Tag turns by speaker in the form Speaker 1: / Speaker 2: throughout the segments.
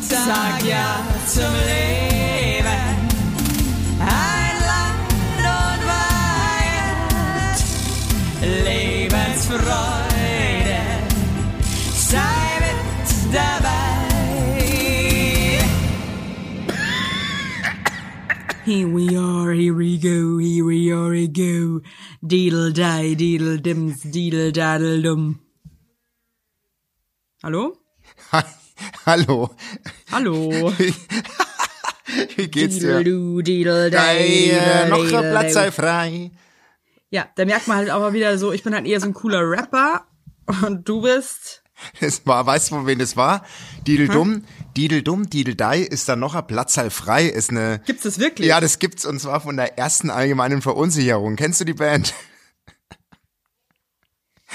Speaker 1: sag ja zum Leben. Ein Land und Weihend, Lebensfreude, sei mit dabei. Here we are, here we go, here we are, we go. Deedle die, deedle dims, deedle daddle dum. Hallo?
Speaker 2: Ha- Hallo,
Speaker 1: Hallo.
Speaker 2: wie geht's dir?
Speaker 1: Diddle-du, diddle-dai,
Speaker 2: Hey, äh, noch ein
Speaker 1: diddle-dai.
Speaker 2: Platz sei frei.
Speaker 1: Ja, da merkt man halt auch mal wieder so, ich bin halt eher so ein cooler Rapper und du bist.
Speaker 2: Das war, weißt du, von wem das war? Didel
Speaker 1: Hm?
Speaker 2: dumm, Didel dumm, Didel dai ist dann noch ein Platz sei frei, ist eine.
Speaker 1: Gibt's das wirklich?
Speaker 2: Ja, das gibt's und zwar von der ersten allgemeinen Verunsicherung. Kennst du die Band?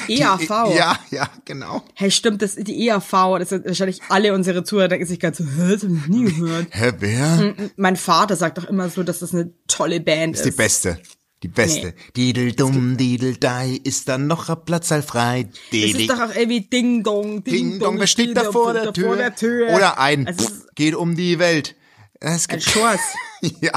Speaker 1: EAV.
Speaker 2: E Ja, ja, genau.
Speaker 1: E Hey, stimmt, das ist die EAV, das sind wahrscheinlich alle unsere Zuhörer denken sich ganz so, hä, das hab ich nie gehört.
Speaker 2: Hä, wer?
Speaker 1: mein Vater sagt doch immer so, dass das eine tolle Band ist.
Speaker 2: Die beste. Die beste. Didel dumm, Didel dai ist dann noch ein Platz sei frei.
Speaker 1: es
Speaker 2: Didel
Speaker 1: ist doch auch irgendwie Ding Dong, Ding,
Speaker 2: Ding Dong, wer steht
Speaker 1: Ding Dong,
Speaker 2: da vor der
Speaker 1: vor
Speaker 2: Tür? Oder ein,
Speaker 1: Es ist
Speaker 2: geht um die Welt. Es
Speaker 1: ein
Speaker 2: gibt,
Speaker 1: Schors.
Speaker 2: ja.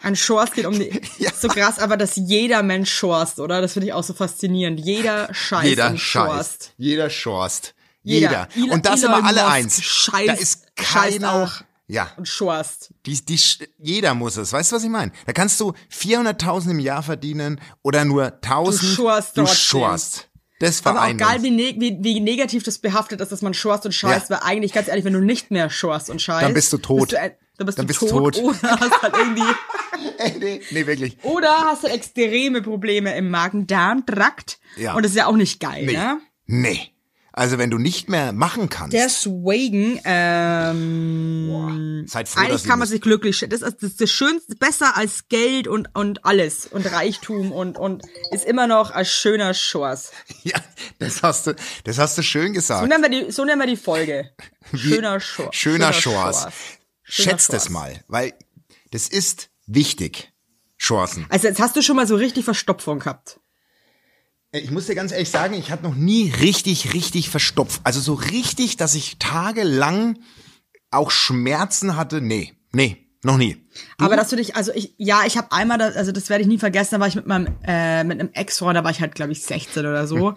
Speaker 1: Ein Schors geht um die.
Speaker 2: Ja.
Speaker 1: So krass, aber dass jeder Mensch schorst, oder? Das finde ich auch so faszinierend. Jeder scheißt
Speaker 2: Jeder
Speaker 1: und
Speaker 2: scheißt.
Speaker 1: schorst.
Speaker 2: Jeder schorst.
Speaker 1: Jeder.
Speaker 2: Jeder.
Speaker 1: Elon-
Speaker 2: Und das sind wir
Speaker 1: Elon
Speaker 2: alle
Speaker 1: Musk
Speaker 2: eins.
Speaker 1: scheißt-
Speaker 2: da ist
Speaker 1: scheißt
Speaker 2: keiner.
Speaker 1: auch.
Speaker 2: Ja,
Speaker 1: Und schorst.
Speaker 2: die, die, sch- jeder muss es. Weißt du, was ich meine? Da kannst du 400.000 im Jahr verdienen oder nur 1.000.
Speaker 1: Du schorst
Speaker 2: Du
Speaker 1: trotzdem.
Speaker 2: schorst. Das
Speaker 1: Aber auch
Speaker 2: vereint
Speaker 1: geil,
Speaker 2: uns.
Speaker 1: wie, neg wie, wie negativ das behaftet ist, dass man schorst und scheißt,
Speaker 2: Ja.
Speaker 1: weil eigentlich, ganz ehrlich, wenn du nicht mehr schorst und scheißt.
Speaker 2: Dann bist du tot.
Speaker 1: Bist du, ein- dann bist
Speaker 2: Dann
Speaker 1: du
Speaker 2: bist du
Speaker 1: tot,
Speaker 2: tot.
Speaker 1: Oder hast halt irgendwie,
Speaker 2: nee, nee, wirklich.
Speaker 1: oder hast halt extreme Probleme im Magen-Darm-Trakt.
Speaker 2: Ja.
Speaker 1: Und das ist ja auch nicht geil,
Speaker 2: Nee.
Speaker 1: ne?
Speaker 2: Nee. Also wenn du nicht mehr machen kannst,
Speaker 1: Deswegen, ähm,
Speaker 2: seid froh, dass
Speaker 1: Eigentlich
Speaker 2: du
Speaker 1: kann man
Speaker 2: nicht-
Speaker 1: sich glücklich schätzen. Das ist das, ist das Schönste, besser als Geld und, und alles und Reichtum und, und ist immer noch ein schöner Schors.
Speaker 2: Ja, das hast du, das hast du schön gesagt.
Speaker 1: So nennen wir die, so nennen wir die Folge. Schöner Schors.
Speaker 2: Schöner Schors.
Speaker 1: Schöner
Speaker 2: Schätzt
Speaker 1: Schors.
Speaker 2: es mal, weil das ist wichtig. Chancen.
Speaker 1: Also jetzt hast du schon mal so richtig Verstopfung gehabt.
Speaker 2: Ich muss dir ganz ehrlich sagen, ich hatte noch nie richtig, richtig verstopft. Also so richtig, dass ich tagelang auch Schmerzen hatte. Nee, nee, noch nie.
Speaker 1: Aber dass du dich, also ich, ja, ich habe einmal, da, also das werde ich nie vergessen, da war ich mit meinem, äh, mit einem Ex-Freund, da war ich halt, glaube ich, 16 oder so,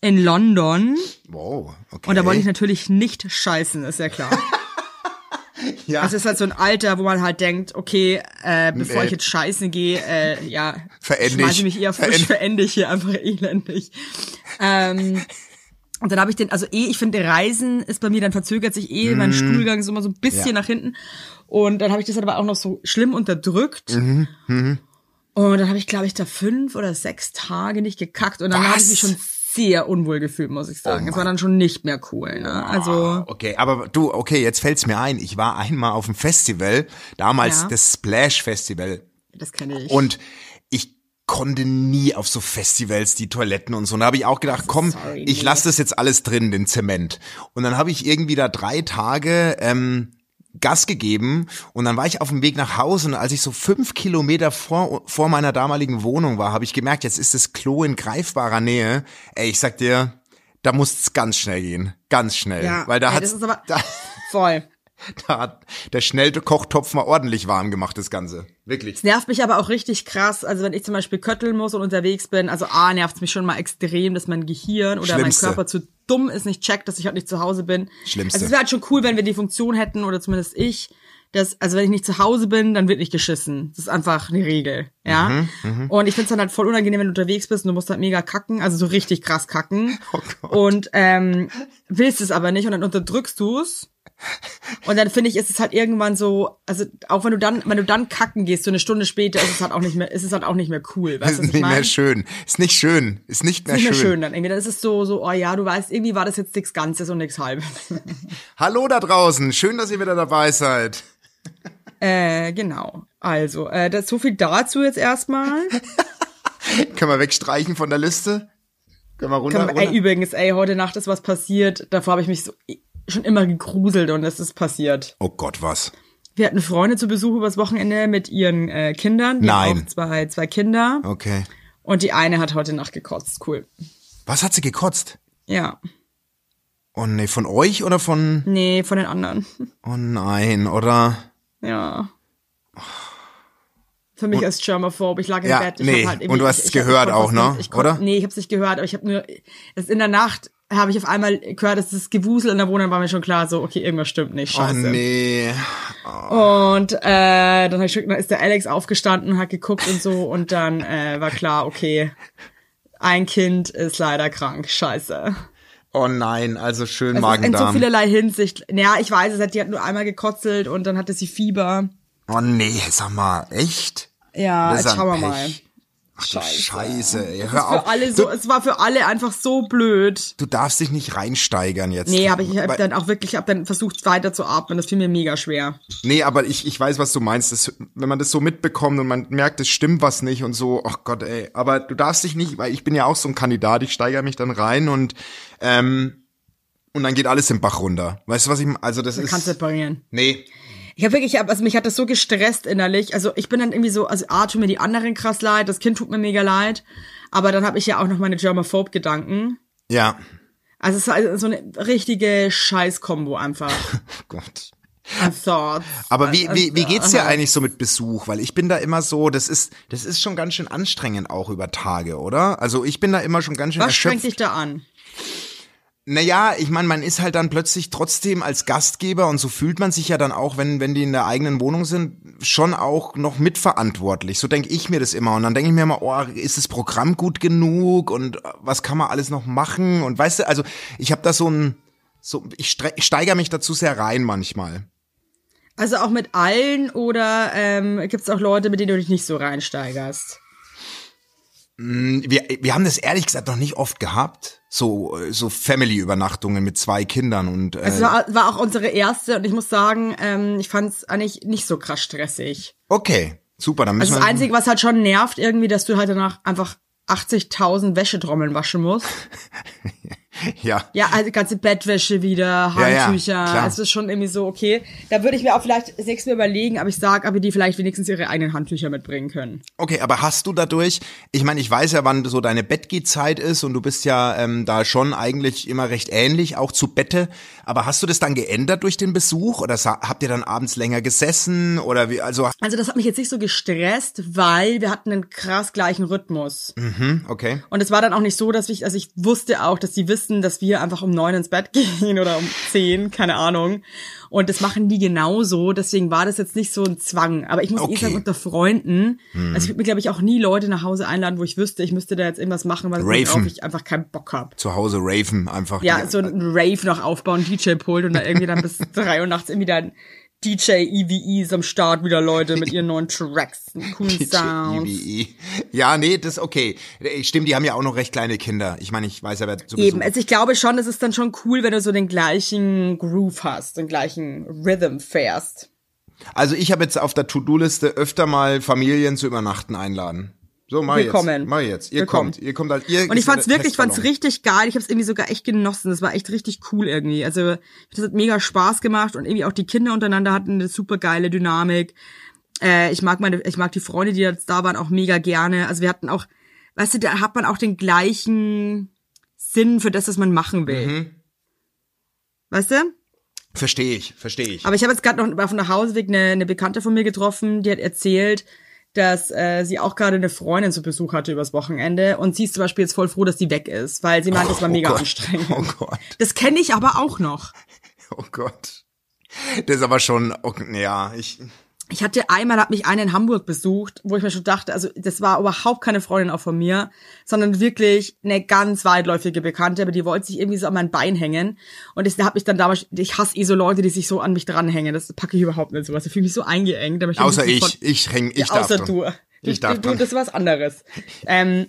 Speaker 1: in London.
Speaker 2: Wow, okay.
Speaker 1: Und da wollte ich natürlich nicht scheißen, ist ja klar.
Speaker 2: ja,
Speaker 1: Das ist halt so ein Alter, wo man halt denkt, okay, äh, bevor
Speaker 2: Äh.
Speaker 1: ich jetzt scheißen gehe, äh, ja,
Speaker 2: Verend ich.
Speaker 1: schmeiß ich mich eher frisch,
Speaker 2: Verend-
Speaker 1: verende ich hier einfach elendig. Ähm, und dann habe ich den, also eh, ich finde, Reisen ist bei mir, dann verzögert sich eh, mein Stuhlgang ist immer so ein bisschen
Speaker 2: Mhm. Ja.
Speaker 1: nach hinten. Und dann habe ich das aber auch noch so schlimm unterdrückt.
Speaker 2: Mhm,
Speaker 1: Und dann habe ich, glaube ich, da fünf oder sechs Tage nicht gekackt. Und dann habe ich
Speaker 2: Was? Oh
Speaker 1: mich schon sehr unwohl gefühlt, muss ich sagen. Es war
Speaker 2: Mann.
Speaker 1: dann schon nicht mehr cool. Ne? Also
Speaker 2: Ah, Okay, aber du, okay, jetzt fällt's mir ein. Ich war einmal auf dem Festival, damals
Speaker 1: Ja.
Speaker 2: das Splash Festival
Speaker 1: das kenne ich.
Speaker 2: Und ich konnte nie auf so Festivals die Toiletten und so. Und da habe ich auch gedacht, komm,
Speaker 1: sorry,
Speaker 2: ich
Speaker 1: nee.
Speaker 2: lasse das jetzt alles drin, den Zement. Und dann habe ich irgendwie da drei Tage ähm, Gas gegeben und dann war ich auf dem Weg nach Hause und als ich so fünf Kilometer vor, vor meiner damaligen Wohnung war, habe ich gemerkt, jetzt ist das Klo in greifbarer Nähe. Ey, ich sag dir, da muss es ganz schnell gehen. Ganz schnell.
Speaker 1: Ja,
Speaker 2: Weil da
Speaker 1: ey,
Speaker 2: hat
Speaker 1: das ist aber-
Speaker 2: da,
Speaker 1: Voll.
Speaker 2: da hat der schnelle Kochtopf mal ordentlich warm gemacht, das Ganze. Wirklich.
Speaker 1: Es nervt mich aber auch richtig krass. Also wenn ich zum Beispiel kötteln muss und unterwegs bin, also A, nervt es mich schon mal extrem, dass mein Gehirn oder
Speaker 2: Schlimmste.
Speaker 1: mein Körper zu dumm ist, nicht checkt, dass ich heute nicht zu Hause bin.
Speaker 2: Schlimmste.
Speaker 1: Also es wäre halt schon cool, wenn wir die Funktion hätten, oder zumindest ich, dass, also wenn ich nicht zu Hause bin, dann wird nicht geschissen. Das ist einfach eine Regel, ja.
Speaker 2: Mhm,
Speaker 1: und ich find's dann halt voll unangenehm, wenn du unterwegs bist und du musst halt mega kacken, also so richtig krass kacken.
Speaker 2: Oh Gott.
Speaker 1: und ähm, willst es aber nicht und dann unterdrückst du's. Und dann finde ich, ist es halt irgendwann so, also auch wenn du dann, wenn du dann kacken gehst, so eine Stunde später, ist es halt auch nicht mehr, ist es halt auch nicht mehr cool, weißt
Speaker 2: ist
Speaker 1: du, was
Speaker 2: nicht
Speaker 1: ich meine?
Speaker 2: mehr
Speaker 1: Ist
Speaker 2: schön. Ist nicht schön. Ist nicht mehr,
Speaker 1: nicht mehr
Speaker 2: schön.
Speaker 1: schön dann irgendwie. Dann ist es so, so, oh ja, du weißt, irgendwie war das jetzt nichts Ganzes und nichts Halbes.
Speaker 2: Hallo da draußen. Schön, dass ihr wieder dabei seid.
Speaker 1: äh, genau. Also, äh, das, so viel dazu jetzt erstmal.
Speaker 2: Können wir wegstreichen von der Liste? Können wir runter?
Speaker 1: Kann, ey,
Speaker 2: runter?
Speaker 1: übrigens, ey, heute Nacht ist was passiert. Davor habe ich mich so, schon immer gegruselt und es ist passiert.
Speaker 2: Oh Gott, was?
Speaker 1: Wir hatten Freunde zu Besuch übers Wochenende mit ihren äh, Kindern. Die haben
Speaker 2: Nein. Oh.
Speaker 1: Auch zwei, zwei Kinder.
Speaker 2: Okay.
Speaker 1: Und die eine hat heute Nacht gekotzt. Cool.
Speaker 2: Was hat sie gekotzt?
Speaker 1: Ja.
Speaker 2: Oh nee, von euch oder von.
Speaker 1: Nee, von den anderen.
Speaker 2: Oh nein, oder?
Speaker 1: Ja. Für mich als Germaphob, ich lag im
Speaker 2: Ja,
Speaker 1: Bett. Ich
Speaker 2: nee.
Speaker 1: hab halt irgendwie-
Speaker 2: Und du hast
Speaker 1: ich-
Speaker 2: es
Speaker 1: ich hab
Speaker 2: gehört
Speaker 1: nicht kurz
Speaker 2: auch, ne?
Speaker 1: was- Ich kon-
Speaker 2: Oder?
Speaker 1: Nee, ich hab's nicht gehört, aber ich habe nur, es in der Nacht habe ich auf einmal gehört, dass das Gewusel in der Wohnung war mir schon klar, so, okay, irgendwas stimmt nicht,
Speaker 2: Oh
Speaker 1: scheiße.
Speaker 2: nee.
Speaker 1: Und äh, dann, hab ich, schon- dann ist der Alex aufgestanden, hat geguckt und so und dann äh, war klar, okay, ein Kind ist leider krank, scheiße.
Speaker 2: Oh nein, also schön
Speaker 1: Es ist in so
Speaker 2: Magen-Darm.
Speaker 1: vielerlei Hinsicht. Naja, ich weiß, es hat, die hat nur einmal gekotzelt und dann hatte sie Fieber.
Speaker 2: oh nee, sag mal, echt?
Speaker 1: Ja,
Speaker 2: Das ist
Speaker 1: jetzt
Speaker 2: ein
Speaker 1: schauen wir
Speaker 2: Pech.
Speaker 1: mal.
Speaker 2: Ach du
Speaker 1: Scheiße.
Speaker 2: Scheiße, ey.
Speaker 1: Es
Speaker 2: Hör
Speaker 1: ist Für
Speaker 2: auf.
Speaker 1: alle so,
Speaker 2: du,
Speaker 1: es war für alle einfach so blöd.
Speaker 2: du darfst dich nicht reinsteigern jetzt.
Speaker 1: Nee, aber ich habe
Speaker 2: Weil-
Speaker 1: dann auch wirklich, habe dann versucht weiter zu atmen. Das fiel mir mega schwer.
Speaker 2: Nee, aber ich, ich weiß, was du meinst. Das, wenn man das so mitbekommt und man merkt, es stimmt was nicht und so, ach Gott, ey. Aber du darfst dich nicht, weil ich bin ja auch so ein Kandidat, ich steigere mich dann rein und ähm, und dann geht alles im Bach runter. Weißt du, was ich m- Also das
Speaker 1: Kannst
Speaker 2: ist.
Speaker 1: separieren.
Speaker 2: Nee.
Speaker 1: Ich habe wirklich, ich hab- also mich hat das so gestresst innerlich. Also ich bin dann irgendwie so, also A, tut mir die anderen krass leid, das Kind tut mir mega leid. Aber dann habe ich ja auch noch meine Germaphobe-Gedanken.
Speaker 2: Ja.
Speaker 1: Also es war so eine richtige Scheiß-Kombo einfach.
Speaker 2: Oh Gott.
Speaker 1: Thoughts.
Speaker 2: Aber wie, wie, wie geht's dir
Speaker 1: Aha.
Speaker 2: eigentlich so mit Besuch? Weil ich bin da immer so, das ist, das ist schon ganz schön anstrengend auch über Tage, oder? Also ich bin da immer schon ganz schön
Speaker 1: Was
Speaker 2: erschöpft.
Speaker 1: strengt dich da an?
Speaker 2: Naja, ich meine, man ist halt dann plötzlich trotzdem als Gastgeber und so fühlt man sich ja dann auch, wenn, wenn die in der eigenen Wohnung sind, schon auch noch mitverantwortlich. So denke ich mir das immer. Und dann denke ich mir immer, oh, ist das Programm gut genug und äh, was kann man alles noch machen? Und weißt du, also ich habe da so ein, so, ich, stre- ich steigere mich dazu sehr rein manchmal.
Speaker 1: Also auch mit allen oder ähm, gibt es auch Leute, mit denen du dich nicht so reinsteigerst?
Speaker 2: Hm, Wir, wir haben das ehrlich gesagt noch nicht oft gehabt. So, äh, so Family-Übernachtungen mit zwei Kindern und äh,
Speaker 1: Es Also war, war auch unsere erste und ich muss sagen, ähm, ich fand es eigentlich nicht so krass stressig.
Speaker 2: okay, super, dann müssen
Speaker 1: Also das
Speaker 2: wir.
Speaker 1: Einzige, was halt schon nervt irgendwie, dass du halt danach einfach 80.000 Wäschetrommeln waschen musst.
Speaker 2: ja.
Speaker 1: Ja, also die ganze Bettwäsche wieder,
Speaker 2: Ja, ja,
Speaker 1: Handtücher. Also
Speaker 2: klar.
Speaker 1: es ist schon irgendwie so, okay. Da würde ich mir auch vielleicht das nächste Mal überlegen, aber ich sag, ob die vielleicht wenigstens ihre eigenen Handtücher mitbringen können.
Speaker 2: Okay, aber hast du dadurch, ich meine, ich weiß ja, wann so deine Bettgehzeit ist und du bist ja ähm, da schon eigentlich immer recht ähnlich, auch zu Bette, aber hast du das dann geändert durch den Besuch oder sa- habt ihr dann abends länger gesessen oder wie, also,
Speaker 1: Also das hat mich jetzt nicht so gestresst, weil wir hatten einen krass gleichen Rhythmus.
Speaker 2: hm, okay.
Speaker 1: Und es war dann auch nicht so, dass ich, also ich wusste auch, dass sie wissen, dass wir einfach um neun ins Bett gehen oder um zehn, keine Ahnung. Und das machen die genauso. Deswegen war das jetzt nicht so ein Zwang. Aber ich muss eh
Speaker 2: Okay. Hm.
Speaker 1: sagen, unter Freunden, also ich würde mir, glaube ich, auch nie Leute nach Hause einladen, wo ich wüsste, ich müsste da jetzt irgendwas machen, weil
Speaker 2: Raven.
Speaker 1: worauf ich einfach keinen Bock hab.
Speaker 2: Zu Hause raven einfach.
Speaker 1: Ja, so ein Rave noch aufbauen, DJ-Pult und dann irgendwie dann bis drei Uhr nachts irgendwie dann E DJ EVEs am Start wieder Leute mit ihren neuen Tracks, coolen
Speaker 2: E
Speaker 1: Sounds.
Speaker 2: TGIBI. Ja, nee, das ist okay. Äh, Stimmt, die haben ja auch noch recht kleine Kinder. Ich meine, ich weiß ja, wer zu Besuch
Speaker 1: Eben, also ich glaube schon, es ist dann schon cool, wenn du so den gleichen Groove hast, den gleichen Rhythm fährst.
Speaker 2: Also ich habe jetzt auf der To-Do-Liste öfter mal Familien zu übernachten einladen. So, mach
Speaker 1: Willkommen.
Speaker 2: jetzt. Mach jetzt. Ihr
Speaker 1: Willkommen.
Speaker 2: kommt. Ihr kommt halt. Ihr
Speaker 1: Und ich
Speaker 2: ist der
Speaker 1: fand's wirklich, ich fand's
Speaker 2: Testballon.
Speaker 1: richtig geil. Ich hab's irgendwie sogar echt genossen. Das war echt richtig cool irgendwie. Also das hat mega Spaß gemacht und irgendwie auch die Kinder untereinander hatten eine super geile Dynamik. Äh, ich mag meine, ich mag die Freunde, die jetzt da waren, auch mega gerne. Also wir hatten auch, weißt du, da hat man auch den gleichen Sinn für das, was man machen will.
Speaker 2: Mhm.
Speaker 1: Weißt du?
Speaker 2: Verstehe ich, verstehe ich.
Speaker 1: Aber ich habe jetzt gerade noch auf dem Nachhauseweg eine, eine Bekannte von mir getroffen, die hat erzählt, dass äh, sie auch gerade eine Freundin zu Besuch hatte übers Wochenende und sie ist zum Beispiel jetzt voll froh, dass die weg ist, weil sie meint, das war
Speaker 2: Oh
Speaker 1: mega
Speaker 2: Gott.
Speaker 1: anstrengend.
Speaker 2: Oh Gott,
Speaker 1: Das kenne ich aber auch noch.
Speaker 2: oh Gott. Das ist aber schon, okay, ja, ich,
Speaker 1: Ich hatte einmal, hat mich eine in Hamburg besucht, wo ich mir schon dachte, also das war überhaupt keine Freundin auch von mir, sondern wirklich eine ganz weitläufige Bekannte, aber die wollte sich irgendwie so an mein Bein hängen. Und das hat mich dann damals, ich hasse eh so Leute, die sich so an mich dranhängen. Das packe ich überhaupt nicht sowas. Ich fühle mich so eingeengt. da möchte
Speaker 2: außer
Speaker 1: mich sofort-
Speaker 2: ich, ich häng, ich darf
Speaker 1: außer
Speaker 2: dran.
Speaker 1: du. Du-
Speaker 2: Ich darf
Speaker 1: du, du,
Speaker 2: dran.
Speaker 1: das ist was anderes. ähm,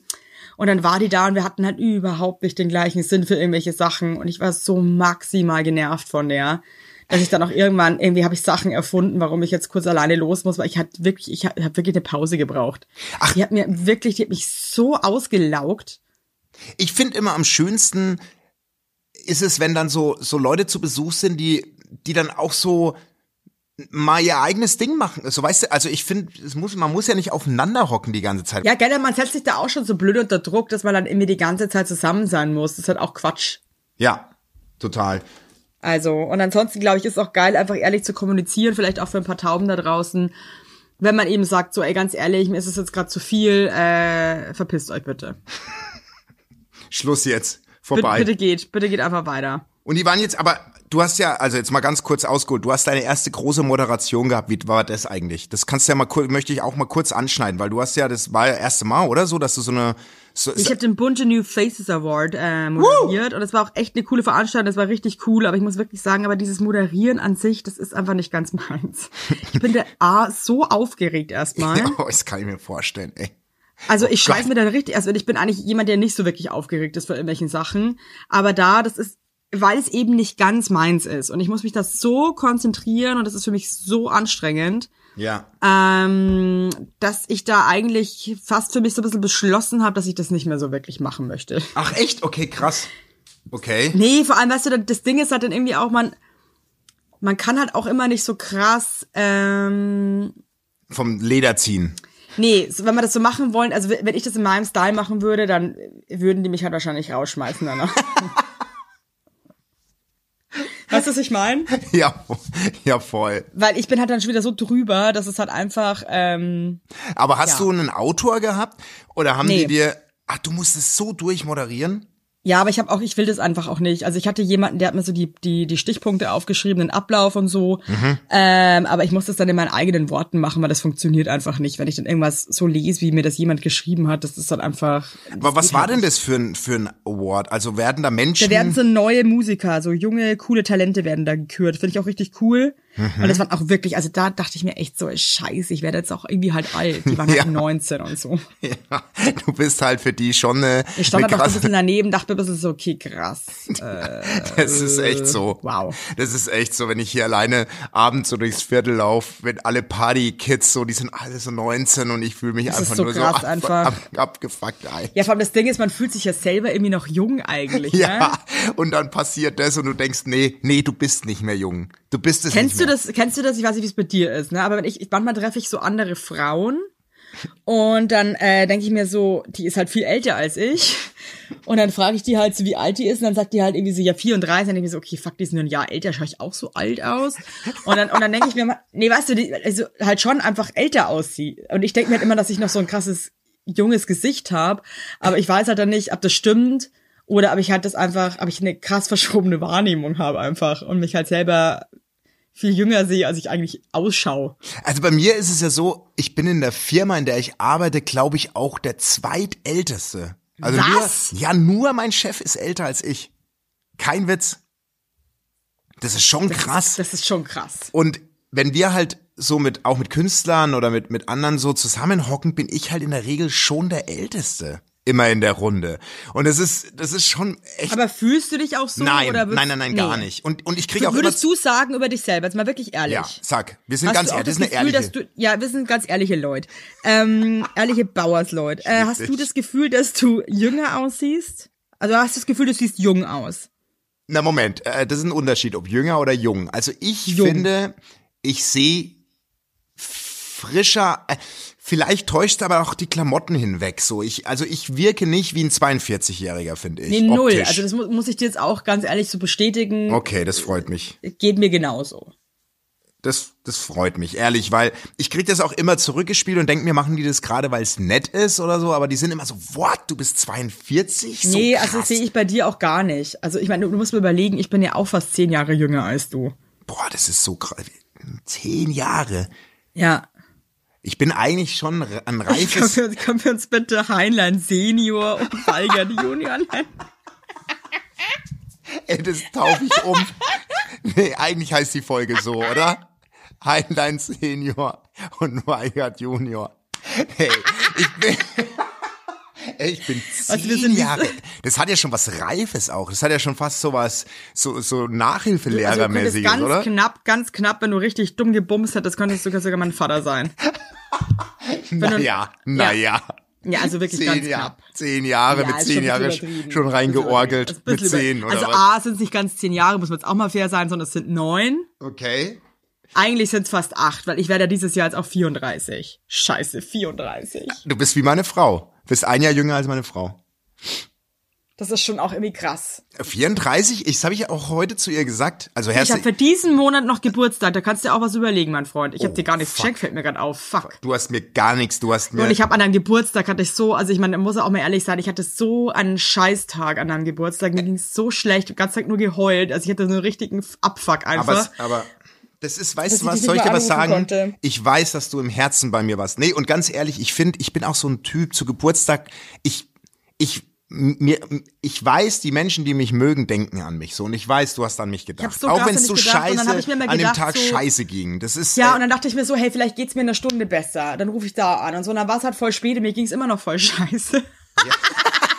Speaker 1: und dann war die da und wir hatten halt überhaupt nicht den gleichen Sinn für irgendwelche Sachen und ich war so maximal genervt von der, dass ich dann auch irgendwann irgendwie habe ich Sachen erfunden, warum ich jetzt kurz alleine los muss, weil ich hatte wirklich ich habe hab wirklich eine Pause gebraucht. Ach, die hat mir wirklich, die hat mich so ausgelaugt.
Speaker 2: Ich finde immer am schönsten ist es, wenn dann so, so Leute zu Besuch sind, die, die dann auch so mal ihr eigenes Ding machen. So weißt du, also ich finde, es muss, man muss ja nicht aufeinander hocken die ganze Zeit.
Speaker 1: Ja, gell, man setzt sich da auch schon so blöd unter Druck, dass man dann irgendwie die ganze Zeit zusammen sein muss. Das ist halt auch Quatsch.
Speaker 2: Ja. Total.
Speaker 1: Also, und ansonsten glaube ich, ist auch geil, einfach ehrlich zu kommunizieren, vielleicht auch für ein paar Tauben da draußen. Wenn man eben sagt, so, ey, ganz ehrlich, mir ist es jetzt gerade zu viel, äh, verpisst euch bitte.
Speaker 2: Schluss jetzt.
Speaker 1: Bitte,
Speaker 2: Vorbei.
Speaker 1: bitte geht, bitte geht einfach weiter.
Speaker 2: Und die waren jetzt, aber du hast ja, also jetzt mal ganz kurz ausgeholt, du hast deine erste große Moderation gehabt. Wie war das eigentlich? Das kannst du ja mal kurz, möchte ich auch mal kurz anschneiden, weil du hast ja, das war ja das erste Mal, oder so, dass du so eine, so,
Speaker 1: Ich habe den Bunte New Faces Award äh, moderiert und es war auch echt eine coole Veranstaltung, das war richtig cool, aber ich muss wirklich sagen, aber dieses Moderieren an sich, das ist einfach nicht ganz meins. Ich bin da A, so aufgeregt erstmal.
Speaker 2: oh, das kann ich mir vorstellen, ey.
Speaker 1: Also ich schreibe mir dann richtig, also ich bin eigentlich jemand, der nicht so wirklich aufgeregt ist vor irgendwelchen Sachen, aber da, das ist, weil es eben nicht ganz meins ist und ich muss mich das so konzentrieren und das ist für mich so anstrengend,
Speaker 2: Ja.
Speaker 1: ähm, dass ich da eigentlich fast für mich so ein bisschen beschlossen habe, dass ich das nicht mehr so wirklich machen möchte.
Speaker 2: Ach echt? Okay, krass. Okay.
Speaker 1: Nee, vor allem, weißt du, das Ding ist halt dann irgendwie auch, man, man kann halt auch immer nicht so krass, ähm,
Speaker 2: Vom Leder ziehen.
Speaker 1: nee, so, wenn wir das so machen wollen, also wenn ich das in meinem Style machen würde, dann würden die mich halt wahrscheinlich rausschmeißen danach. weißt du, was ich meine?
Speaker 2: Ja, ja voll.
Speaker 1: Weil ich bin halt dann schon wieder so drüber, dass es halt einfach, ähm,
Speaker 2: Aber hast
Speaker 1: Ja.
Speaker 2: du einen Autor gehabt? Oder haben die
Speaker 1: Nee.
Speaker 2: dir, ach, du musstest so durchmoderieren?
Speaker 1: Ja, aber ich habe auch, ich will das einfach auch nicht. Also ich hatte jemanden, der hat mir so die die die Stichpunkte aufgeschrieben, den Ablauf und so.
Speaker 2: Mhm.
Speaker 1: Ähm, aber ich muss das dann in meinen eigenen Worten machen, weil das funktioniert einfach nicht, wenn ich dann irgendwas so lese, wie mir das jemand geschrieben hat. Das halt ist dann einfach.
Speaker 2: Aber was war denn das für ein, für ein Award? Also werden da Menschen.
Speaker 1: Da werden so neue Musiker, so junge coole Talente werden da gekürt. Finde ich auch richtig cool.
Speaker 2: Mhm.
Speaker 1: Und das waren auch wirklich, also da dachte ich mir echt so, scheiße, ich werde jetzt auch irgendwie halt alt. Die waren
Speaker 2: Ja.
Speaker 1: halt 19 und so.
Speaker 2: ja, du bist halt für die schon eine,
Speaker 1: Ich stand
Speaker 2: eine
Speaker 1: halt auch so ein
Speaker 2: krasse.
Speaker 1: bisschen daneben, dachte mir, das ist so, okay, krass. Äh,
Speaker 2: Das ist echt so.
Speaker 1: wow.
Speaker 2: Das ist echt so, wenn ich hier alleine abends so durchs Viertel laufe, wenn alle Party-Kids so, die sind alle so 19 und ich fühle mich
Speaker 1: Das ist
Speaker 2: einfach
Speaker 1: so
Speaker 2: nur
Speaker 1: krass
Speaker 2: so ab,
Speaker 1: einfach.
Speaker 2: Ab, abgefuckt. Ey.
Speaker 1: Ja, vor allem das Ding ist, man fühlt sich ja selber irgendwie noch jung eigentlich. Ne?
Speaker 2: Ja, und dann passiert das und du denkst, nee, nee, du bist nicht mehr jung. Du bist es
Speaker 1: Kennst
Speaker 2: nicht
Speaker 1: du
Speaker 2: mehr.
Speaker 1: das? Kennst du das? Ich weiß nicht, wie es bei dir ist, ne? Aber wenn ich, ich manchmal treffe ich so andere Frauen und dann äh, denke ich mir so, die ist halt viel älter als ich. Und dann frage ich die halt so, wie alt die ist. Und dann sagt die halt irgendwie so, ja, 34. Und dann denke ich mir so, okay, fuck, die ist nur ein Jahr älter, schaue ich auch so alt aus. Und dann, und dann denke ich mir mal, nee, weißt du, die, also halt schon einfach älter aussieht. Und ich denke mir halt immer, dass ich noch so ein krasses, junges Gesicht habe. Aber ich weiß halt dann nicht, ob das stimmt. Oder ob ich halt das einfach, ob ich eine krass verschobene Wahrnehmung habe einfach und mich halt selber viel jünger sehe, als ich eigentlich ausschaue.
Speaker 2: Also bei mir ist es ja so, ich bin in der Firma, in der ich arbeite, glaube ich, auch der zweitälteste. Also
Speaker 1: Was?
Speaker 2: Nur, ja, nur mein Chef ist älter als ich. Kein Witz. Das ist schon krass.
Speaker 1: Das ist schon krass.
Speaker 2: Und wenn wir halt so mit, auch mit Künstlern oder mit, mit anderen so zusammenhocken, bin ich halt in der Regel schon der Älteste. Immer in der Runde. Und das ist, das ist schon echt.
Speaker 1: Aber fühlst du dich auch so?
Speaker 2: nein,
Speaker 1: oder
Speaker 2: nein,
Speaker 1: würdest-
Speaker 2: nein, nein, gar
Speaker 1: Nee.
Speaker 2: nicht. Und, und ich kriege
Speaker 1: Du
Speaker 2: auch immer.
Speaker 1: würdest du sagen über dich selber, jetzt mal wirklich ehrlich.
Speaker 2: ja, sag. Wir sind
Speaker 1: Hast
Speaker 2: ganz
Speaker 1: du auch
Speaker 2: ehrlich. Das ist
Speaker 1: das
Speaker 2: eine
Speaker 1: Gefühl,
Speaker 2: ehrliche.
Speaker 1: dass du, ja, wir sind ganz ehrliche Leute. Ähm, ehrliche Bauersleute. Äh, hast du
Speaker 2: Richtig.
Speaker 1: das Gefühl, dass du jünger aussiehst? Also hast du das Gefühl, du siehst jung aus?
Speaker 2: Na Moment, äh, das ist ein Unterschied, ob jünger oder jung. Also ich
Speaker 1: Jung.
Speaker 2: finde, ich sehe frischer, äh, vielleicht täuscht aber auch die Klamotten hinweg so. Ich, also ich wirke nicht wie ein 42-Jähriger, finde ich.
Speaker 1: Nee, null.
Speaker 2: optisch.
Speaker 1: Also das mu muss ich dir jetzt auch ganz ehrlich so bestätigen.
Speaker 2: okay, das freut mich.
Speaker 1: Geht mir genauso.
Speaker 2: Das, das freut mich, ehrlich, weil ich krieg das auch immer zurückgespielt und denk mir, machen die das gerade, weil es nett ist oder so, aber die sind immer so, what, du bist 42? So
Speaker 1: nee,
Speaker 2: krass.
Speaker 1: also das sehe ich bei dir auch gar nicht. Also ich meine, du, du musst mir überlegen, ich bin ja auch fast zehn Jahre jünger als du.
Speaker 2: Boah, das ist so krass. Zehn Jahre.
Speaker 1: Ja.
Speaker 2: Ich bin eigentlich schon ein
Speaker 1: Können
Speaker 2: reifes.
Speaker 1: wir, können wir uns bitte Heinlein Senior und Weigern Junior nennen?
Speaker 2: Ey, das taufe ich um. Nee, eigentlich heißt die Folge so, oder? Heinlein Senior und Weigert Junior. Hey, ich bin. Ey, ich bin
Speaker 1: Weißt du, wir
Speaker 2: zehn
Speaker 1: sind wie-
Speaker 2: Jahre. Das hat ja schon was Reifes auch. Das hat ja schon fast so was, so, so
Speaker 1: Also du könntest
Speaker 2: Nachhilfelehrermäßiges,
Speaker 1: ganz
Speaker 2: oder?
Speaker 1: knapp, ganz knapp, wenn du richtig dumm gebumst hättest, könntest du sogar mein Vater sein. wenn du-
Speaker 2: Naja, naja.
Speaker 1: Ja, also wirklich
Speaker 2: Zehn
Speaker 1: ganz
Speaker 2: Jahre,
Speaker 1: knapp.
Speaker 2: zehn Jahre,
Speaker 1: Ja,
Speaker 2: mit
Speaker 1: ist
Speaker 2: zehn
Speaker 1: schon ein
Speaker 2: Jahren
Speaker 1: bisschen übertrieben.
Speaker 2: schon reingeorgelt,
Speaker 1: Also ein
Speaker 2: mit
Speaker 1: bisschen
Speaker 2: zehn
Speaker 1: über-
Speaker 2: oder
Speaker 1: Also
Speaker 2: was?
Speaker 1: A, sind es nicht ganz zehn Jahre, muss man jetzt auch mal fair sein, sondern es sind neun.
Speaker 2: Okay.
Speaker 1: Eigentlich sind es fast acht, weil ich werde ja dieses Jahr jetzt auch 34. Scheiße, 34.
Speaker 2: Du bist wie meine Frau. Bist ein Jahr jünger als meine Frau.
Speaker 1: Das ist schon auch irgendwie krass.
Speaker 2: 34, ich, das habe ich auch heute zu ihr gesagt. Also
Speaker 1: Ich habe
Speaker 2: herzlich.
Speaker 1: für diesen Monat noch Geburtstag, da kannst du dir auch was überlegen, mein Freund. Ich hab
Speaker 2: Oh,
Speaker 1: habe dir gar nichts
Speaker 2: fuck.
Speaker 1: geschenkt, fällt mir gerade auf. Fuck.
Speaker 2: Du hast mir gar nichts, du hast mir.
Speaker 1: Und ich habe an deinem Geburtstag hatte ich so, also ich meine, da muss ich auch mal ehrlich sein, ich hatte so einen Scheißtag an deinem Geburtstag. Mir ging's so schlecht, den ganzen Tag nur geheult. Also ich hatte so einen richtigen Abfuck einfach.
Speaker 2: aber, es- aber das ist, weißt
Speaker 1: Dass
Speaker 2: du
Speaker 1: ich
Speaker 2: was,
Speaker 1: dich
Speaker 2: soll ich
Speaker 1: nicht
Speaker 2: dir
Speaker 1: mal
Speaker 2: was sagen?
Speaker 1: anrufen konnte.
Speaker 2: Ich weiß, dass du im Herzen bei mir warst. Nee, und ganz ehrlich, ich finde, ich bin auch so ein Typ zu Geburtstag. Ich, ich, m- mir, m- ich weiß, die Menschen, die mich mögen, denken an mich so. Und ich weiß, du hast an mich gedacht.
Speaker 1: hab's so
Speaker 2: auch
Speaker 1: krass
Speaker 2: wenn
Speaker 1: an
Speaker 2: es
Speaker 1: dich
Speaker 2: so
Speaker 1: gedacht. Und dann
Speaker 2: scheiße
Speaker 1: hab ich mir immer
Speaker 2: an dem
Speaker 1: gedacht,
Speaker 2: Tag
Speaker 1: so-
Speaker 2: scheiße ging. Das ist,
Speaker 1: ja,
Speaker 2: äh,
Speaker 1: und dann dachte ich mir so, hey, vielleicht geht's mir in einer Stunde besser. Dann rufe ich da an und so. Und dann war es halt voll spät und mir ging's immer noch voll scheiße.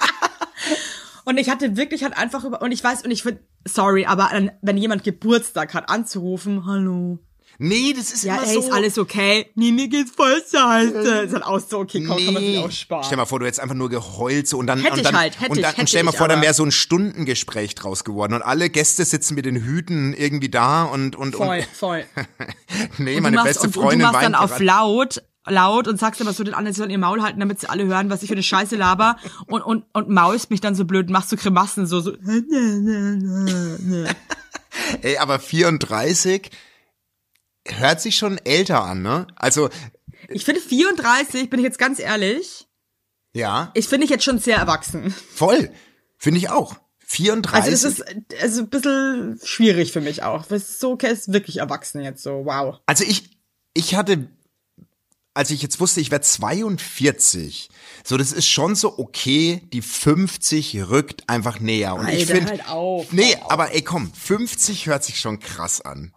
Speaker 1: und ich hatte wirklich halt einfach über, und ich weiß, und ich finde, sorry, aber an, wenn jemand Geburtstag hat, anzurufen, hallo.
Speaker 2: nee, das ist
Speaker 1: Ja,
Speaker 2: immer
Speaker 1: ey,
Speaker 2: so.
Speaker 1: ist alles okay? Nee, mir geht's voll scheiße. Ist halt auch so, okay, komm, kann man sich auch sparen.
Speaker 2: Stell mal vor, du hättest einfach nur geheult so und dann
Speaker 1: Hätte
Speaker 2: und
Speaker 1: ich
Speaker 2: dann
Speaker 1: halt, hätte
Speaker 2: und
Speaker 1: ich,
Speaker 2: dann
Speaker 1: hätte
Speaker 2: und stell mal
Speaker 1: ich,
Speaker 2: vor, dann
Speaker 1: aber-
Speaker 2: wäre so ein Stundengespräch draus geworden und alle Gäste sitzen mit den Hüten irgendwie da und und
Speaker 1: Voll, voll.
Speaker 2: und nee,
Speaker 1: Du
Speaker 2: meine
Speaker 1: machst-
Speaker 2: beste
Speaker 1: und,
Speaker 2: Freundin
Speaker 1: und du machst
Speaker 2: weint
Speaker 1: dann auf
Speaker 2: gerade.
Speaker 1: laut, laut und sagst immer so den anderen sie sollen ihr Maul halten, damit sie alle hören, was ich für eine Scheiße laber und und und maulst mich dann so blöd, machst so Grimassen so so.
Speaker 2: Ey, aber 34 hört sich schon älter an, ne? Also
Speaker 1: Ich finde 34, bin ich jetzt ganz ehrlich,
Speaker 2: ja,
Speaker 1: ich finde ich jetzt schon sehr erwachsen.
Speaker 2: voll, finde ich auch. 34.
Speaker 1: Also das ist äh, also ein bisschen schwierig für mich auch. Das ist so okay, ist wirklich erwachsen jetzt so. Wow.
Speaker 2: Also ich, ich hatte, als ich jetzt wusste, ich werde 42, so das ist schon so okay, die 50 rückt einfach näher. Und ich
Speaker 1: Alter,
Speaker 2: finde,
Speaker 1: halt auf,
Speaker 2: nee,
Speaker 1: hör
Speaker 2: aber ey komm, 50 hört sich schon krass an.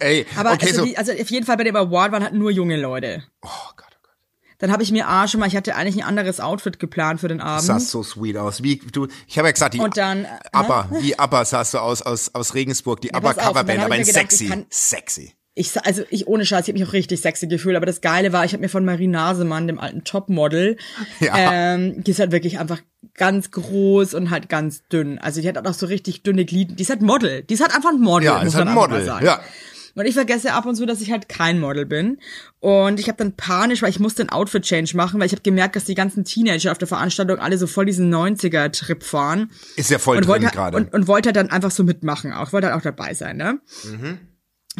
Speaker 2: Ey,
Speaker 1: Aber
Speaker 2: okay,
Speaker 1: also,
Speaker 2: so,
Speaker 1: die, also auf jeden Fall bei dem Award waren halt nur junge Leute.
Speaker 2: oh Gott, oh Gott,
Speaker 1: Dann habe ich mir ah, schon mal, ich hatte eigentlich ein anderes Outfit geplant für den Abend.
Speaker 2: sahst so sweet aus. Wie du, ich habe ja gesagt, die
Speaker 1: Mhm. Und dann, äh,
Speaker 2: Abba, wie Abba sahst du aus aus aus Regensburg, die Abba
Speaker 1: pass auf, und dann
Speaker 2: Coverband,
Speaker 1: hab
Speaker 2: aber in
Speaker 1: ich mir gedacht,
Speaker 2: sexy,
Speaker 1: ich kann-
Speaker 2: sexy.
Speaker 1: Ich sa- also ich ohne Scheiß, ich habe mich auch richtig sexy gefühlt, aber das Geile war, ich habe mir von Marie Nasemann, dem alten Topmodel,
Speaker 2: Ja.
Speaker 1: ähm, die ist halt wirklich einfach ganz groß und halt ganz dünn. Also die hat auch noch so richtig dünne Glieder. Die ist halt Model. Die ist halt einfach ein Model.
Speaker 2: Ja,
Speaker 1: muss
Speaker 2: ist halt
Speaker 1: man einfach
Speaker 2: Model,
Speaker 1: mal sagen.
Speaker 2: ja.
Speaker 1: Und ich vergesse ab und zu, dass ich halt kein Model bin. Und ich habe dann panisch, weil ich musste einen Outfit-Change machen, weil ich habe gemerkt, dass die ganzen Teenager auf der Veranstaltung alle so voll diesen 90er-Trip fahren
Speaker 2: Ist ja voll
Speaker 1: und
Speaker 2: drin
Speaker 1: wollte,
Speaker 2: gerade.
Speaker 1: und, und wollte dann einfach so mitmachen auch, wollte dann auch dabei sein, ne?
Speaker 2: Mhm.
Speaker 1: Und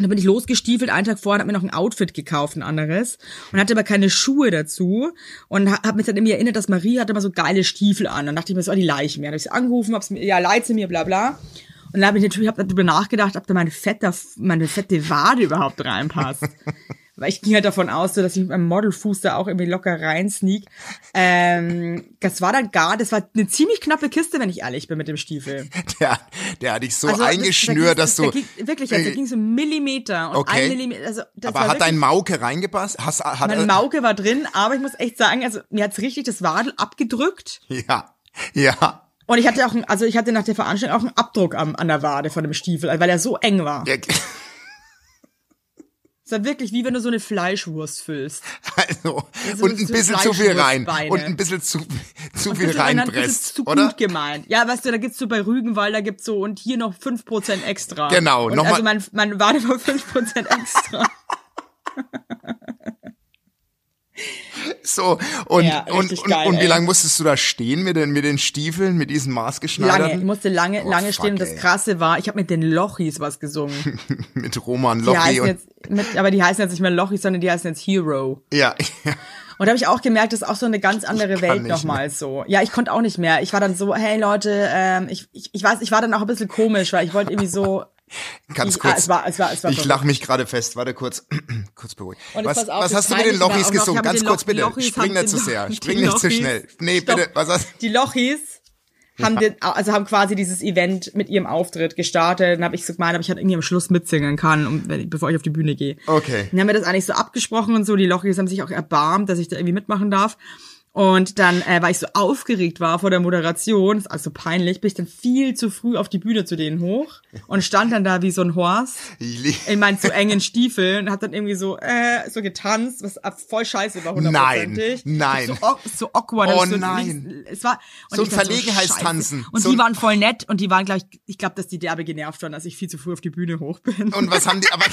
Speaker 1: dann bin ich losgestiefelt, einen Tag vorher, und hab mir noch ein Outfit gekauft, ein anderes. Und hatte aber keine Schuhe dazu. Und ha- hab mich dann irgendwie erinnert, dass Marie hatte immer so geile Stiefel an. Dann dachte ich mir so, oh, die leichen mir. Dann hab ich sie angerufen, hab's mir, ja, leid sie mir, bla, bla. Und dann habe ich natürlich hab darüber nachgedacht, ob da meine fette, meine fette Wade überhaupt reinpasst. Weil ich ging halt davon aus, so, dass ich mit meinem Modelfuß da auch irgendwie locker rein sneak. Ähm, das war dann gar, das war eine ziemlich knappe Kiste, wenn ich ehrlich bin mit dem Stiefel.
Speaker 2: Der, der hat dich so
Speaker 1: Also, das-
Speaker 2: eingeschnürt, dass
Speaker 1: das-
Speaker 2: du. Äh,
Speaker 1: das- da ging, wirklich, also, da ging so ein Millimeter und
Speaker 2: Okay.
Speaker 1: ein Millimeter. Also, das
Speaker 2: aber
Speaker 1: war
Speaker 2: hat äh, dein
Speaker 1: wirklich,
Speaker 2: Mauke reingepasst? Hast, hat,
Speaker 1: mein Mauke war drin, aber ich muss echt sagen, also mir hat's richtig das Wadel abgedrückt
Speaker 2: Ja, ja.
Speaker 1: und ich hatte auch, ein, also ich hatte nach der Veranstaltung auch einen Abdruck am, an der Wade von dem Stiefel, weil er so eng war.
Speaker 2: Der-
Speaker 1: Es war wirklich wie wenn du so eine Fleischwurst füllst.
Speaker 2: Also,
Speaker 1: Also
Speaker 2: und ein
Speaker 1: so
Speaker 2: bisschen zu viel rein.
Speaker 1: Fleischwurstbeine.
Speaker 2: Und ein bisschen zu, zu
Speaker 1: Das
Speaker 2: viel
Speaker 1: ist ein bisschen
Speaker 2: reinpresst,
Speaker 1: zu
Speaker 2: oder?
Speaker 1: gut gemeint. Ja, weißt du, da gibt's so bei Rügenwalder gibt's so und hier noch 5% extra.
Speaker 2: Genau,
Speaker 1: und
Speaker 2: noch mal-
Speaker 1: Also mein, mein Wade war 5% extra.
Speaker 2: So, und,
Speaker 1: Ja,
Speaker 2: und,
Speaker 1: richtig
Speaker 2: und,
Speaker 1: geil,
Speaker 2: und wie
Speaker 1: ey.
Speaker 2: lange musstest du da stehen mit den, mit den Stiefeln, mit diesen
Speaker 1: Lange, ich
Speaker 2: maßgeschneiderten?
Speaker 1: musste lange,
Speaker 2: Oh,
Speaker 1: lange
Speaker 2: fuck,
Speaker 1: stehen. Und das
Speaker 2: ey.
Speaker 1: Krasse war, ich habe mit den Lochis was gesungen.
Speaker 2: mit Roman
Speaker 1: Die
Speaker 2: Lochi
Speaker 1: heißen
Speaker 2: und,
Speaker 1: jetzt, mit, aber die heißen jetzt nicht mehr Lochis, sondern die heißen jetzt Hero.
Speaker 2: ja,
Speaker 1: Und da habe ich auch gemerkt, das ist auch so eine ganz andere
Speaker 2: kann
Speaker 1: Welt
Speaker 2: nicht
Speaker 1: nochmal so. Ja, ich konnte auch nicht mehr. Ich war dann so, hey Leute, ähm, ich, ich, ich weiß, ich war dann auch ein bisschen komisch, weil ich wollte irgendwie so.
Speaker 2: ganz
Speaker 1: Ich- ah,
Speaker 2: kurz.
Speaker 1: es war- es war- es war
Speaker 2: ich
Speaker 1: verrückt.
Speaker 2: lache mich gerade fest. Warte kurz, kurz beruhigt.
Speaker 1: Und jetzt
Speaker 2: Was,
Speaker 1: pass auf,
Speaker 2: was
Speaker 1: das
Speaker 2: hast du mit den
Speaker 1: Peinliche war
Speaker 2: Lochis
Speaker 1: auch noch, ich
Speaker 2: gesungen?
Speaker 1: hab mit
Speaker 2: Ganz
Speaker 1: den
Speaker 2: kurz
Speaker 1: Lo-
Speaker 2: bitte.
Speaker 1: Lochis
Speaker 2: Spring
Speaker 1: haben
Speaker 2: nicht
Speaker 1: den
Speaker 2: zu
Speaker 1: Lo-
Speaker 2: sehr.
Speaker 1: die
Speaker 2: Spring nicht zu
Speaker 1: Lochis-
Speaker 2: schnell. Nee,
Speaker 1: Stopp.
Speaker 2: bitte. Was hast,
Speaker 1: Die Lochis haben den, also haben quasi dieses Event mit ihrem Auftritt gestartet. Dann habe ich so gemeint, ob ich halt irgendwie am Schluss mitsingen kann, um, wenn- bevor ich auf die Bühne gehe.
Speaker 2: Okay.
Speaker 1: Dann haben wir das eigentlich so abgesprochen und so. Die Lochis haben sich auch erbarmt, dass ich da irgendwie mitmachen darf. Und dann, äh, weil ich so aufgeregt war vor der Moderation, ist also peinlich, bin ich dann viel zu früh auf die Bühne zu denen hoch und stand dann da wie so ein Horst
Speaker 2: Ich lieb-
Speaker 1: in meinen zu engen Stiefeln und hab dann irgendwie so, äh, so getanzt, was ab- voll scheiße war, hundertprozentig.
Speaker 2: Nein, nein.
Speaker 1: So, au- so awkward.
Speaker 2: Oh
Speaker 1: hab ich so
Speaker 2: nein.
Speaker 1: links- Es war, und
Speaker 2: So
Speaker 1: ich
Speaker 2: ein
Speaker 1: dachte
Speaker 2: Verlegenheitstanzen.
Speaker 1: scheiße. Und
Speaker 2: So ein-
Speaker 1: die waren voll nett und die waren, glaube ich, ich glaube, dass die derbe genervt waren, dass ich viel zu früh auf die Bühne hoch bin.
Speaker 2: Und was haben die, aber,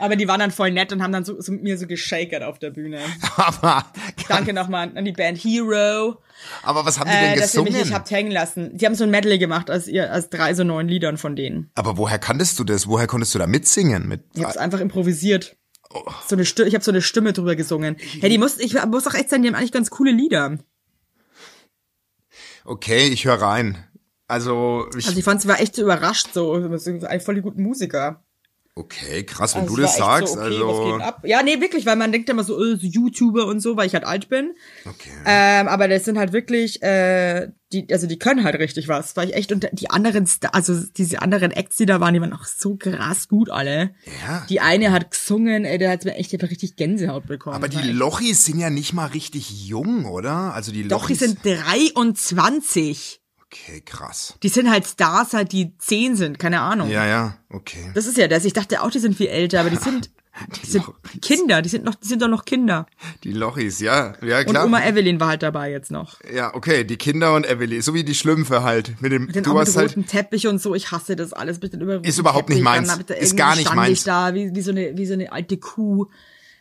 Speaker 1: Aber die waren dann voll nett und haben dann so, so mit mir so geschakert auf der Bühne.
Speaker 2: Aber,
Speaker 1: Danke nochmal an die Band Hero,
Speaker 2: aber was haben die denn
Speaker 1: äh, dass ihr mich nicht
Speaker 2: gesungen?
Speaker 1: habt hängen lassen. Die haben so ein Medley gemacht aus, ihr, aus drei so neuen Liedern von denen.
Speaker 2: Aber woher kanntest du das? Woher konntest du da mitsingen? Mit,
Speaker 1: Ich hab's einfach improvisiert.
Speaker 2: Oh.
Speaker 1: So eine Stimme, ich habe so eine Stimme drüber gesungen. Ja, die muss, ich muss auch echt sagen, die haben eigentlich ganz coole Lieder.
Speaker 2: äh, okay, ich höre rein. Also, ich,
Speaker 1: Also ich fand, sie war echt so überrascht, so, das sind eigentlich voll die guten Musiker.
Speaker 2: okay, krass, wenn
Speaker 1: Also
Speaker 2: du
Speaker 1: es
Speaker 2: das
Speaker 1: war echt
Speaker 2: sagst.
Speaker 1: so, okay, was
Speaker 2: also,
Speaker 1: geht ab? Ja, nee, wirklich, weil man denkt immer so, äh, so YouTuber und so, weil ich halt alt bin.
Speaker 2: okay.
Speaker 1: Ähm, aber das sind halt wirklich, äh, die, also die können halt richtig was, weil ich echt und die anderen, Sta- also diese anderen Acts, die da waren, die waren auch so krass gut alle.
Speaker 2: Ja.
Speaker 1: Die eine hat gesungen, ey, der hat mir echt der hat richtig Gänsehaut bekommen.
Speaker 2: aber die
Speaker 1: War echt-
Speaker 2: Lochis sind ja nicht mal richtig jung, oder? Also die
Speaker 1: doch, die
Speaker 2: Lochis.
Speaker 1: sind 23.
Speaker 2: okay, krass.
Speaker 1: Die sind halt Stars, halt die 10 sind, keine Ahnung.
Speaker 2: Ja, ja, okay.
Speaker 1: Das ist ja das. Ich dachte auch, die sind viel älter, aber die sind, die sind Kinder, die sind noch, die sind doch noch Kinder.
Speaker 2: Die Lochis, ja, ja
Speaker 1: Und
Speaker 2: klar.
Speaker 1: Oma Evelyn war halt dabei jetzt noch.
Speaker 2: ja, okay, die Kinder und Emily, so wie die Schlümpfe halt. Mit dem,
Speaker 1: Den
Speaker 2: du
Speaker 1: auch mit
Speaker 2: hast halt,
Speaker 1: rotem Teppich und so, ich hasse das alles. Bitte über roten
Speaker 2: Ist überhaupt nicht
Speaker 1: Teppich,
Speaker 2: meins.
Speaker 1: dann hab ich da
Speaker 2: Ist
Speaker 1: irgendwie
Speaker 2: gar nicht
Speaker 1: stand
Speaker 2: meins.
Speaker 1: Ich da wie, wie, so eine, wie so eine alte Kuh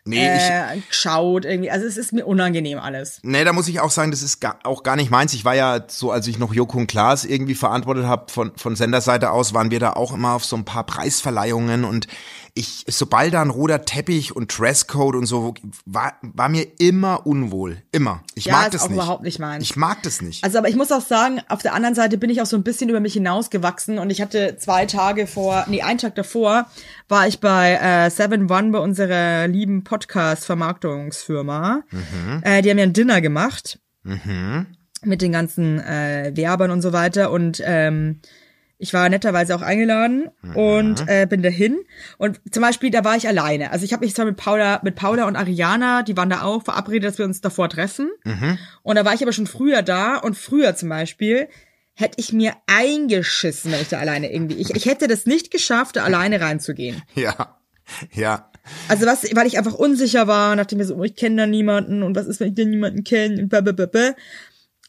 Speaker 2: nee, ich,
Speaker 1: äh, geschaut irgendwie. Also es ist mir unangenehm alles.
Speaker 2: Nee, da muss ich auch sagen, das ist ga- auch gar nicht meins. Ich war ja so, als ich noch Joko und Klaas irgendwie verantwortet habe, von, von Senderseite aus, waren wir da auch immer auf so ein paar Preisverleihungen und ich, sobald da ein roter Teppich und Dresscode und so, war, war mir immer unwohl. Immer. Ich
Speaker 1: Ja,
Speaker 2: mag
Speaker 1: ist
Speaker 2: das
Speaker 1: auch
Speaker 2: nicht.
Speaker 1: überhaupt nicht meins.
Speaker 2: Ich mag das nicht.
Speaker 1: Also, aber ich muss auch sagen, auf der anderen Seite bin ich auch so ein bisschen über mich hinausgewachsen und ich hatte zwei Tage vor, nee, einen Tag davor war ich bei äh, Seven One bei unserer lieben Podcast-Vermarktungsfirma. Äh, die haben ja ein Dinner gemacht mit den ganzen äh, Werbern und so weiter und ähm, ich war netterweise auch eingeladen und äh, bin dahin. Und zum Beispiel, da war ich alleine. Also ich habe mich zwar mit Paula, mit Paula und Ariana, die waren da auch verabredet, dass wir uns davor treffen. Und da war ich aber schon früher da und früher zum Beispiel hätte ich mir eingeschissen, wenn ich da alleine irgendwie. Ich, ich hätte das nicht geschafft, da alleine reinzugehen.
Speaker 2: ja. Ja.
Speaker 1: Also was, weil ich einfach unsicher war und dachte mir so, oh, ich kenne da niemanden und was ist, wenn ich da niemanden kenne und blablabla.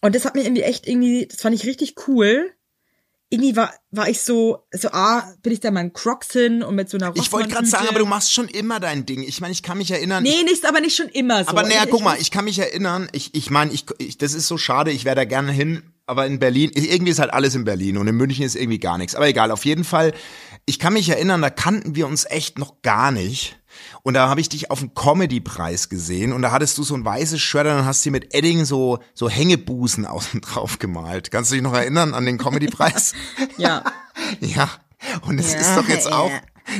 Speaker 1: Und das hat mir irgendwie echt irgendwie, das fand ich richtig cool. Irgendwie war, war ich so, so, ah, bin ich da mal in Crocs hin und mit so einer
Speaker 2: Ich wollte gerade sagen, aber
Speaker 1: Rossmann-Tüte.
Speaker 2: du machst schon immer dein Ding. Ich meine, ich kann mich erinnern,
Speaker 1: Nee, nicht, aber nicht schon immer so.
Speaker 2: Aber naja,
Speaker 1: Ich-
Speaker 2: guck
Speaker 1: ich-
Speaker 2: mal, ich kann mich erinnern, ich, ich meine, ich, ich, das ist so schade, ich wäre da gerne hin, aber in Berlin, irgendwie ist halt alles in Berlin und in München ist irgendwie gar nichts. Aber egal, auf jeden Fall, ich kann mich erinnern, da kannten wir uns echt noch gar nicht. Und da habe ich dich auf dem Comedy-Preis gesehen und da hattest du so ein weißes Shirt und hast dir mit Edding so, so Hängebusen außen drauf gemalt. Kannst du dich noch erinnern an den Comedy-Preis?
Speaker 1: Ja.
Speaker 2: Ja, und es
Speaker 1: Ja,
Speaker 2: ist doch jetzt
Speaker 1: ja.
Speaker 2: auch.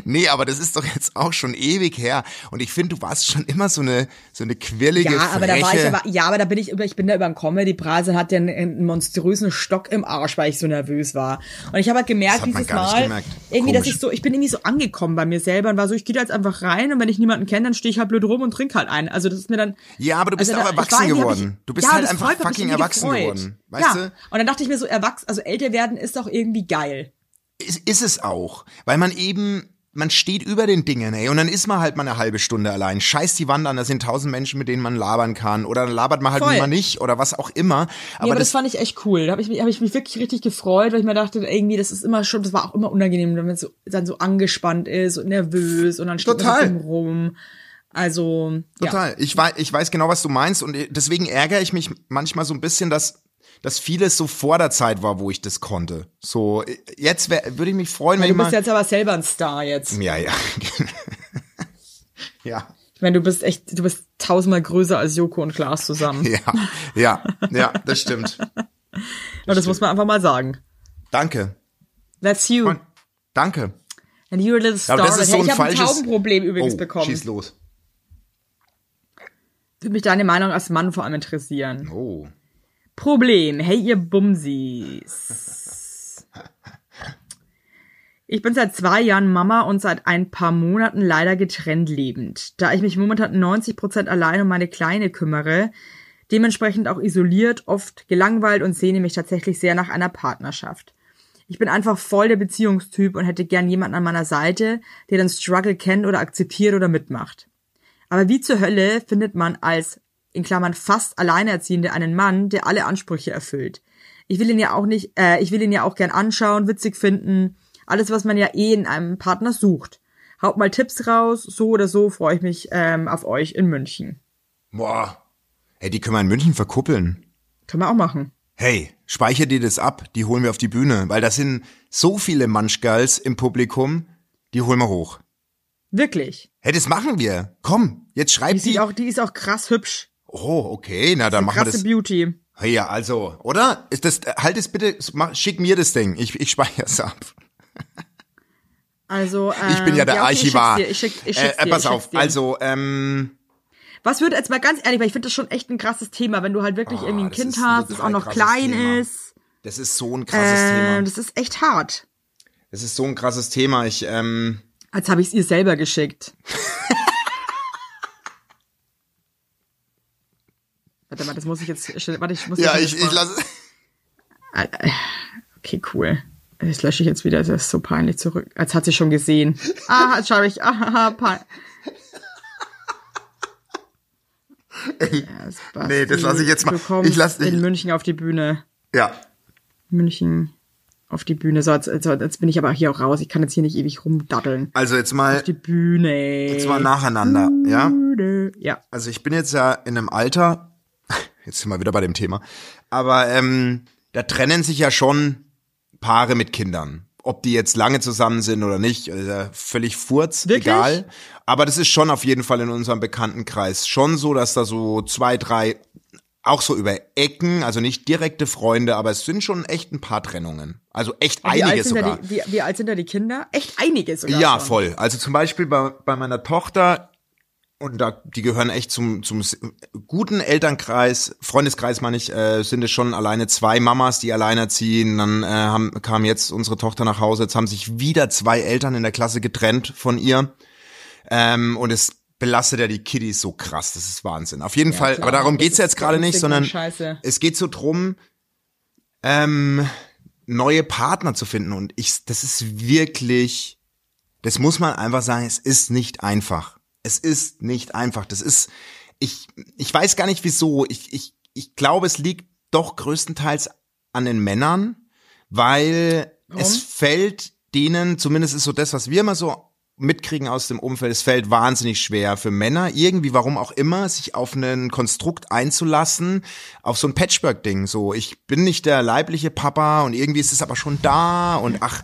Speaker 2: Nee, aber das ist doch jetzt auch schon ewig her. Und ich finde, du warst schon immer so eine, so eine quirlige
Speaker 1: Ja, aber da war ich
Speaker 2: freche-
Speaker 1: aber, ja, aber da bin ich über, ich bin da über den Comedy-Preis und hatte einen, einen monströsen Stock im Arsch, weil ich so nervös war. Und ich habe halt gemerkt,
Speaker 2: hat man
Speaker 1: dieses
Speaker 2: gar nicht
Speaker 1: Mal,
Speaker 2: gemerkt.
Speaker 1: irgendwie, dass
Speaker 2: Komisch.
Speaker 1: ich so, ich bin irgendwie so angekommen bei mir selber und war so, ich gehe da jetzt einfach rein und wenn ich niemanden kenne, dann stehe ich halt blöd rum und trinke halt einen. Also das ist mir dann. also
Speaker 2: Ja, aber du bist
Speaker 1: da-
Speaker 2: auch
Speaker 1: ich war
Speaker 2: erwachsen
Speaker 1: irgendwie- hab
Speaker 2: geworden. Du bist
Speaker 1: ja,
Speaker 2: halt
Speaker 1: das
Speaker 2: einfach
Speaker 1: freut mich, hab
Speaker 2: fucking
Speaker 1: mich
Speaker 2: erwachsen
Speaker 1: gefreut.
Speaker 2: geworden. Weißt
Speaker 1: ja.
Speaker 2: du?
Speaker 1: Und dann dachte ich mir so, erwachsen, also älter werden ist doch irgendwie geil.
Speaker 2: Ist, ist es auch. Weil man eben, man steht über den Dingen, ey. Und dann ist man halt mal eine halbe Stunde allein. Scheiß die Wand an, da sind tausend Menschen, mit denen man labern kann. Oder dann labert man halt
Speaker 1: Voll.
Speaker 2: mal nicht oder was auch immer.
Speaker 1: Nee,
Speaker 2: Aber
Speaker 1: aber das,
Speaker 2: das,
Speaker 1: fand ich echt cool. Da habe ich, mich- hab ich mich wirklich richtig gefreut, weil ich mir dachte, irgendwie, das ist immer schon, das war auch immer unangenehm, wenn man so, dann so angespannt ist und nervös und dann steht
Speaker 2: Total.
Speaker 1: man so dumm rum. Also, ja.
Speaker 2: Total. Ich, weiß, ich weiß genau, was du meinst und deswegen ärgere ich mich manchmal so ein bisschen, dass, dass vieles so vor der Zeit war, wo ich das konnte. So, äh, jetzt wär, würde ich mich freuen, wenn
Speaker 1: Du
Speaker 2: ich mal...
Speaker 1: bist jetzt aber selber ein Star jetzt.
Speaker 2: ja, ja. ja.
Speaker 1: Ich meine, du bist echt, du bist tausendmal größer als Joko und Klaas zusammen.
Speaker 2: Ja, ja, ja, das stimmt.
Speaker 1: und das muss man einfach mal sagen.
Speaker 2: Danke.
Speaker 1: That's you.
Speaker 2: Danke.
Speaker 1: And you're a little star.
Speaker 2: Aber das ist so
Speaker 1: ich
Speaker 2: ein
Speaker 1: habe ein
Speaker 2: falsches...
Speaker 1: Taubenproblem übrigens
Speaker 2: oh,
Speaker 1: bekommen.
Speaker 2: schieß los.
Speaker 1: Würde mich deine Meinung als Mann vor allem interessieren.
Speaker 2: Oh.
Speaker 1: Problem. Hey, ihr Bumsis. Ich bin seit zwei Jahren Mama und seit ein paar Monaten leider getrennt lebend. Da ich mich momentan 90% allein um meine Kleine kümmere, dementsprechend auch isoliert, oft gelangweilt und sehne mich tatsächlich sehr nach einer Partnerschaft. Ich bin einfach voll der Beziehungstyp und hätte gern jemanden an meiner Seite, der den Struggle kennt oder akzeptiert oder mitmacht. Aber wie zur Hölle findet man als, in Klammern, fast Alleinerziehende einen Mann, der alle Ansprüche erfüllt? Ich will ihn ja auch nicht, äh, ich will ihn ja auch gern anschauen, witzig finden, alles, was man ja eh in einem Partner sucht. haut mal Tipps raus. So oder so freue ich mich ähm, auf euch in München.
Speaker 2: Boah. Ey, die können wir in München verkuppeln.
Speaker 1: Können wir auch machen.
Speaker 2: Hey, speicher dir das ab, die holen wir auf die Bühne, weil das sind so viele Manschgals im Publikum, die holen wir hoch.
Speaker 1: Wirklich.
Speaker 2: Hey, das machen wir. Komm, jetzt schreib
Speaker 1: Die,
Speaker 2: die.
Speaker 1: Sieht auch, die ist auch krass hübsch.
Speaker 2: oh, okay, na dann machen wir
Speaker 1: Krasse
Speaker 2: das.
Speaker 1: Beauty.
Speaker 2: Hey, ja, also, oder? Ist das halt es bitte, mach, schick mir das Ding. Ich ich speicher's ab.
Speaker 1: Also, ähm,
Speaker 2: Ich bin ja der
Speaker 1: okay,
Speaker 2: Archivar.
Speaker 1: Ich schick's dir, ich schick, ich schick's
Speaker 2: äh,
Speaker 1: dir,
Speaker 2: pass
Speaker 1: ich schick's
Speaker 2: auf,
Speaker 1: dir.
Speaker 2: also ähm
Speaker 1: Was würde jetzt mal ganz ehrlich, weil ich finde das schon echt ein krasses Thema, wenn du halt wirklich irgendwie
Speaker 2: Ah,
Speaker 1: ein
Speaker 2: das
Speaker 1: Kind
Speaker 2: ist ein
Speaker 1: hast, das auch
Speaker 2: total
Speaker 1: noch
Speaker 2: krasses
Speaker 1: klein
Speaker 2: Thema.
Speaker 1: ist.
Speaker 2: das ist so ein krasses
Speaker 1: Ähm,
Speaker 2: Thema.
Speaker 1: das ist echt hart.
Speaker 2: Das ist so ein krasses Thema. Ich ähm
Speaker 1: Als habe ich es ihr selber geschickt. Warte mal, das muss ich jetzt. schnell- Warte, ich muss.
Speaker 2: ja,
Speaker 1: jetzt-
Speaker 2: ich ich lasse
Speaker 1: Okay, cool. Das lösche ich jetzt wieder. Das ist so peinlich zurück. Als hat sie schon gesehen. Ah, jetzt schreibe ich. Ah, peinlich.
Speaker 2: Nee, das lass ich jetzt mal.
Speaker 1: Du kommst
Speaker 2: Ich lass- ich-
Speaker 1: in München auf die Bühne.
Speaker 2: ja.
Speaker 1: München auf die Bühne. So, jetzt, jetzt, jetzt bin ich aber hier auch raus. Ich kann jetzt hier nicht ewig rumdaddeln.
Speaker 2: Also jetzt mal
Speaker 1: Auf die Bühne.
Speaker 2: jetzt mal nacheinander, ja?
Speaker 1: Bühne. Ja.
Speaker 2: also ich bin jetzt ja in einem Alter, jetzt sind wir wieder bei dem Thema, aber ähm, da trennen sich ja schon Paare mit Kindern. Ob die jetzt lange zusammen sind oder nicht, ist ja völlig furz,
Speaker 1: Wirklich?
Speaker 2: egal. Aber das ist schon auf jeden Fall in unserem Bekanntenkreis schon so, dass da so zwei, drei, auch so über Ecken, also nicht direkte Freunde, aber es sind schon echt ein paar Trennungen. Also echt
Speaker 1: Wie alt,
Speaker 2: einige
Speaker 1: sind da
Speaker 2: sogar.
Speaker 1: die, wie, wie alt sind da die Kinder? Echt einige sogar.
Speaker 2: Ja,
Speaker 1: schon.
Speaker 2: voll. Also zum Beispiel bei, bei meiner Tochter, und da, die gehören echt zum, zum s- guten Elternkreis, Freundeskreis meine ich, äh, sind es schon alleine zwei Mamas, die alleinerziehen. Dann äh, haben, kam jetzt unsere Tochter nach Hause, jetzt haben sich wieder zwei Eltern in der Klasse getrennt von ihr. Ähm, und es belastet ja die Kiddies so krass, das ist Wahnsinn. Auf jeden Fall,
Speaker 1: klar.
Speaker 2: aber darum
Speaker 1: Das
Speaker 2: geht's
Speaker 1: ist
Speaker 2: jetzt gerade nicht,
Speaker 1: Instinkt und
Speaker 2: sondern
Speaker 1: Scheiße.
Speaker 2: es geht so drum, ähm, neue Partner zu finden. Und ich, das ist wirklich, das muss man einfach sagen, es ist nicht einfach. Es ist nicht einfach. Das ist, ich, ich weiß gar nicht wieso. Ich, ich, ich glaube, es liegt doch größtenteils an den Männern, weil es fällt denen, zumindest ist so das, was wir immer so mitkriegen aus dem Umfeld, es fällt wahnsinnig schwer für Männer, irgendwie, warum auch immer, sich auf einen Konstrukt einzulassen, auf so ein Patchwork-Ding, so, ich bin nicht der leibliche Papa und irgendwie ist es aber schon da und ach,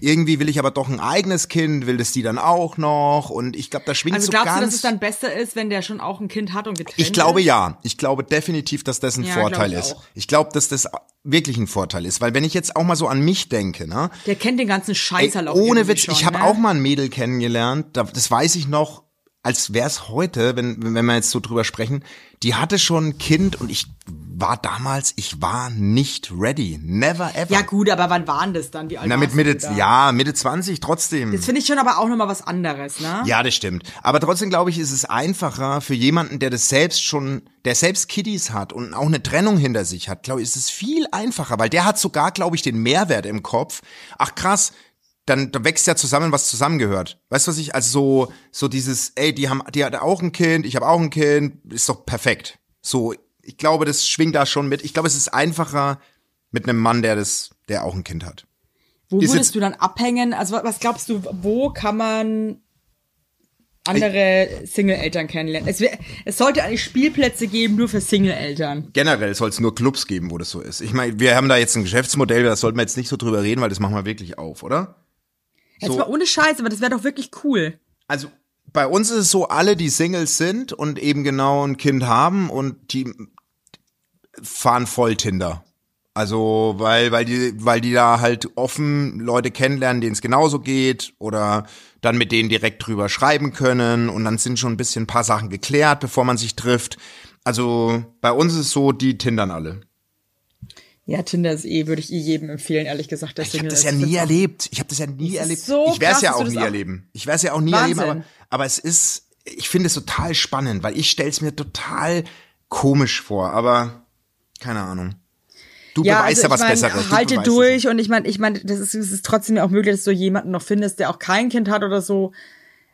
Speaker 2: irgendwie will ich aber doch ein eigenes Kind, will das die dann auch noch und ich glaube, da schwingt
Speaker 1: Also
Speaker 2: so
Speaker 1: glaubst
Speaker 2: ganz...
Speaker 1: du, dass es dann besser ist, wenn der schon auch ein Kind hat und getrennt
Speaker 2: Ich glaube
Speaker 1: ist?
Speaker 2: ja. Ich glaube definitiv, dass das ein
Speaker 1: Ja,
Speaker 2: Vorteil
Speaker 1: glaub ich
Speaker 2: ist.
Speaker 1: auch.
Speaker 2: Ich glaube, dass das wirklich ein Vorteil ist, weil wenn ich jetzt auch mal so an mich denke, ne?
Speaker 1: Der kennt den ganzen
Speaker 2: Ey,
Speaker 1: Scheißerlauf.
Speaker 2: ohne
Speaker 1: halt irgendwie
Speaker 2: Witz,
Speaker 1: schon,
Speaker 2: ich habe
Speaker 1: ne?
Speaker 2: auch mal ein Mädel kennengelernt, da, das weiß ich noch, als wär's heute, wenn wenn wir jetzt so drüber sprechen, die hatte schon ein Kind und ich war damals, ich war nicht ready, never ever.
Speaker 1: Ja gut, aber wann waren das dann? Wie alt
Speaker 2: Na mit
Speaker 1: warst
Speaker 2: Mitte,
Speaker 1: du da?
Speaker 2: ja, Mitte 20 trotzdem.
Speaker 1: Das finde ich schon aber auch nochmal was anderes, ne?
Speaker 2: Ja, das stimmt. Aber trotzdem glaube ich, ist es einfacher für jemanden, der das selbst schon, der selbst Kiddies hat und auch eine Trennung hinter sich hat, glaube ich, ist es viel einfacher, weil der hat sogar, glaube ich, den Mehrwert im Kopf. Ach krass, dann da wächst ja zusammen, was zusammengehört. Weißt du, was ich, also so, so dieses, ey, die haben, die hat auch ein Kind, ich habe auch ein Kind, ist doch perfekt. So, ich glaube, das schwingt da schon mit. Ich glaube, es ist einfacher mit einem Mann, der das, der auch ein Kind hat.
Speaker 1: Wo
Speaker 2: Ist
Speaker 1: würdest
Speaker 2: jetzt-
Speaker 1: du dann abhängen? Also wa- was glaubst du, wo kann man andere Single-Eltern kennenlernen? Es, wär, es sollte eigentlich Spielplätze geben, nur für Single-Eltern.
Speaker 2: generell soll es nur Clubs geben, wo das so ist. Ich meine, wir haben da jetzt ein Geschäftsmodell, da sollten wir jetzt nicht so drüber reden, weil das machen wir wirklich auf, oder?
Speaker 1: Jetzt
Speaker 2: So.
Speaker 1: mal ohne Scheiß, aber das wäre doch wirklich cool.
Speaker 2: Also bei uns ist es so, alle, die Singles sind und eben genau ein Kind haben und die fahren voll Tinder. Also, weil, weil die, weil die da halt offen Leute kennenlernen, denen es genauso geht oder dann mit denen direkt drüber schreiben können und dann sind schon ein bisschen ein paar Sachen geklärt, bevor man sich trifft. Also bei uns ist es so, die tindern alle.
Speaker 1: Ja, Tinder ist eh, würde ich eh jedem empfehlen, ehrlich gesagt, der
Speaker 2: Ich habe
Speaker 1: Single
Speaker 2: das
Speaker 1: ist.
Speaker 2: ja nie erlebt. Ich habe das ja nie
Speaker 1: Das ist
Speaker 2: erlebt.
Speaker 1: so
Speaker 2: ich werde es
Speaker 1: krass,
Speaker 2: ja
Speaker 1: dass
Speaker 2: auch
Speaker 1: du das
Speaker 2: nie
Speaker 1: auch-
Speaker 2: erleben. Ich werde es ja auch nie
Speaker 1: Wahnsinn.
Speaker 2: erleben, aber, aber es ist, ich finde es total spannend, weil ich stelle es mir total komisch vor, aber keine Ahnung. Du
Speaker 1: Ja,
Speaker 2: beweist
Speaker 1: also
Speaker 2: ja was
Speaker 1: ich mein,
Speaker 2: Besseres. Du
Speaker 1: Halte
Speaker 2: beweist es
Speaker 1: durch und ich meine, ich meine, das ist, es ist trotzdem auch möglich, dass du jemanden noch findest, der auch kein Kind hat oder so.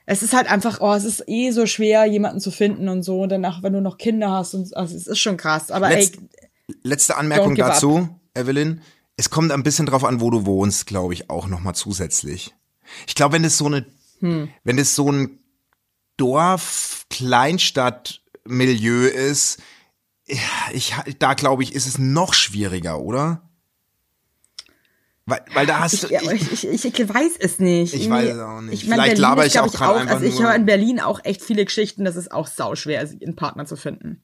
Speaker 1: Es ist halt einfach, oh, es ist eh so schwer, jemanden zu finden und so. Und danach, wenn du noch Kinder hast und also es ist schon krass. Aber
Speaker 2: Letz-
Speaker 1: ey,
Speaker 2: Letzte Anmerkung
Speaker 1: Don't give up.
Speaker 2: dazu, Evelyn. Es kommt ein bisschen drauf an, wo du wohnst, glaube ich, auch nochmal zusätzlich. Ich glaube, wenn es so eine
Speaker 1: Hm.
Speaker 2: Wenn das so ein Dorf, Kleinstadt Milieu ist, ja, ich, da glaube ich, ist es noch schwieriger, oder? Weil, weil da hast
Speaker 1: Ich,
Speaker 2: du,
Speaker 1: ja, aber
Speaker 2: ich,
Speaker 1: ich, ich, ich weiß es nicht.
Speaker 2: Ich
Speaker 1: Irgendwie-
Speaker 2: weiß es auch nicht.
Speaker 1: mein,
Speaker 2: Vielleicht
Speaker 1: Berlin
Speaker 2: laber
Speaker 1: ist,
Speaker 2: ich
Speaker 1: glaub
Speaker 2: auch gerade einfach
Speaker 1: Also ich
Speaker 2: nur-
Speaker 1: höre in Berlin auch echt viele Geschichten, dass es auch sauschwer ist, einen Partner zu finden.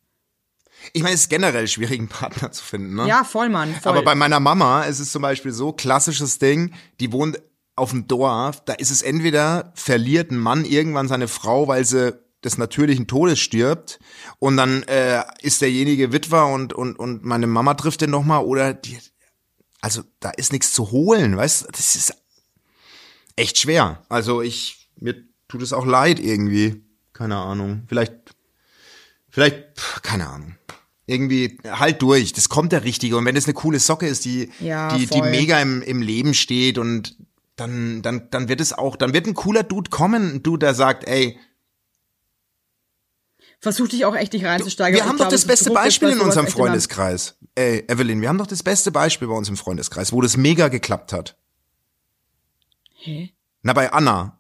Speaker 2: ich meine, es ist generell schwierig, einen Partner zu finden, ne?
Speaker 1: Ja, voll, Mann. Voll.
Speaker 2: Aber bei meiner Mama ist es zum Beispiel so, klassisches Ding, die wohnt auf dem Dorf, da ist es entweder verliert ein Mann irgendwann seine Frau, weil sie des natürlichen Todes stirbt und dann äh, ist derjenige Witwer und, und, und meine Mama trifft den nochmal oder die, also da ist nichts zu holen, weißt du, das ist echt schwer. Also ich, mir tut es auch leid irgendwie, keine Ahnung, vielleicht Vielleicht, pf, keine Ahnung. Irgendwie halt durch, das kommt der Richtige. Und wenn das eine coole Socke ist, die,
Speaker 1: Ja,
Speaker 2: die, die
Speaker 1: voll.
Speaker 2: mega im, im Leben steht und dann, dann, dann wird es auch, dann wird ein cooler Dude kommen, ein Dude, der sagt, ey,
Speaker 1: Versuch dich auch echt nicht reinzusteigen.
Speaker 2: wir haben doch das beste Beispiel in unserem Freundeskreis. Ey, Evelyn, wir haben doch das beste Beispiel bei uns im Freundeskreis, wo das mega geklappt hat.
Speaker 1: Hä?
Speaker 2: Na, bei Anna.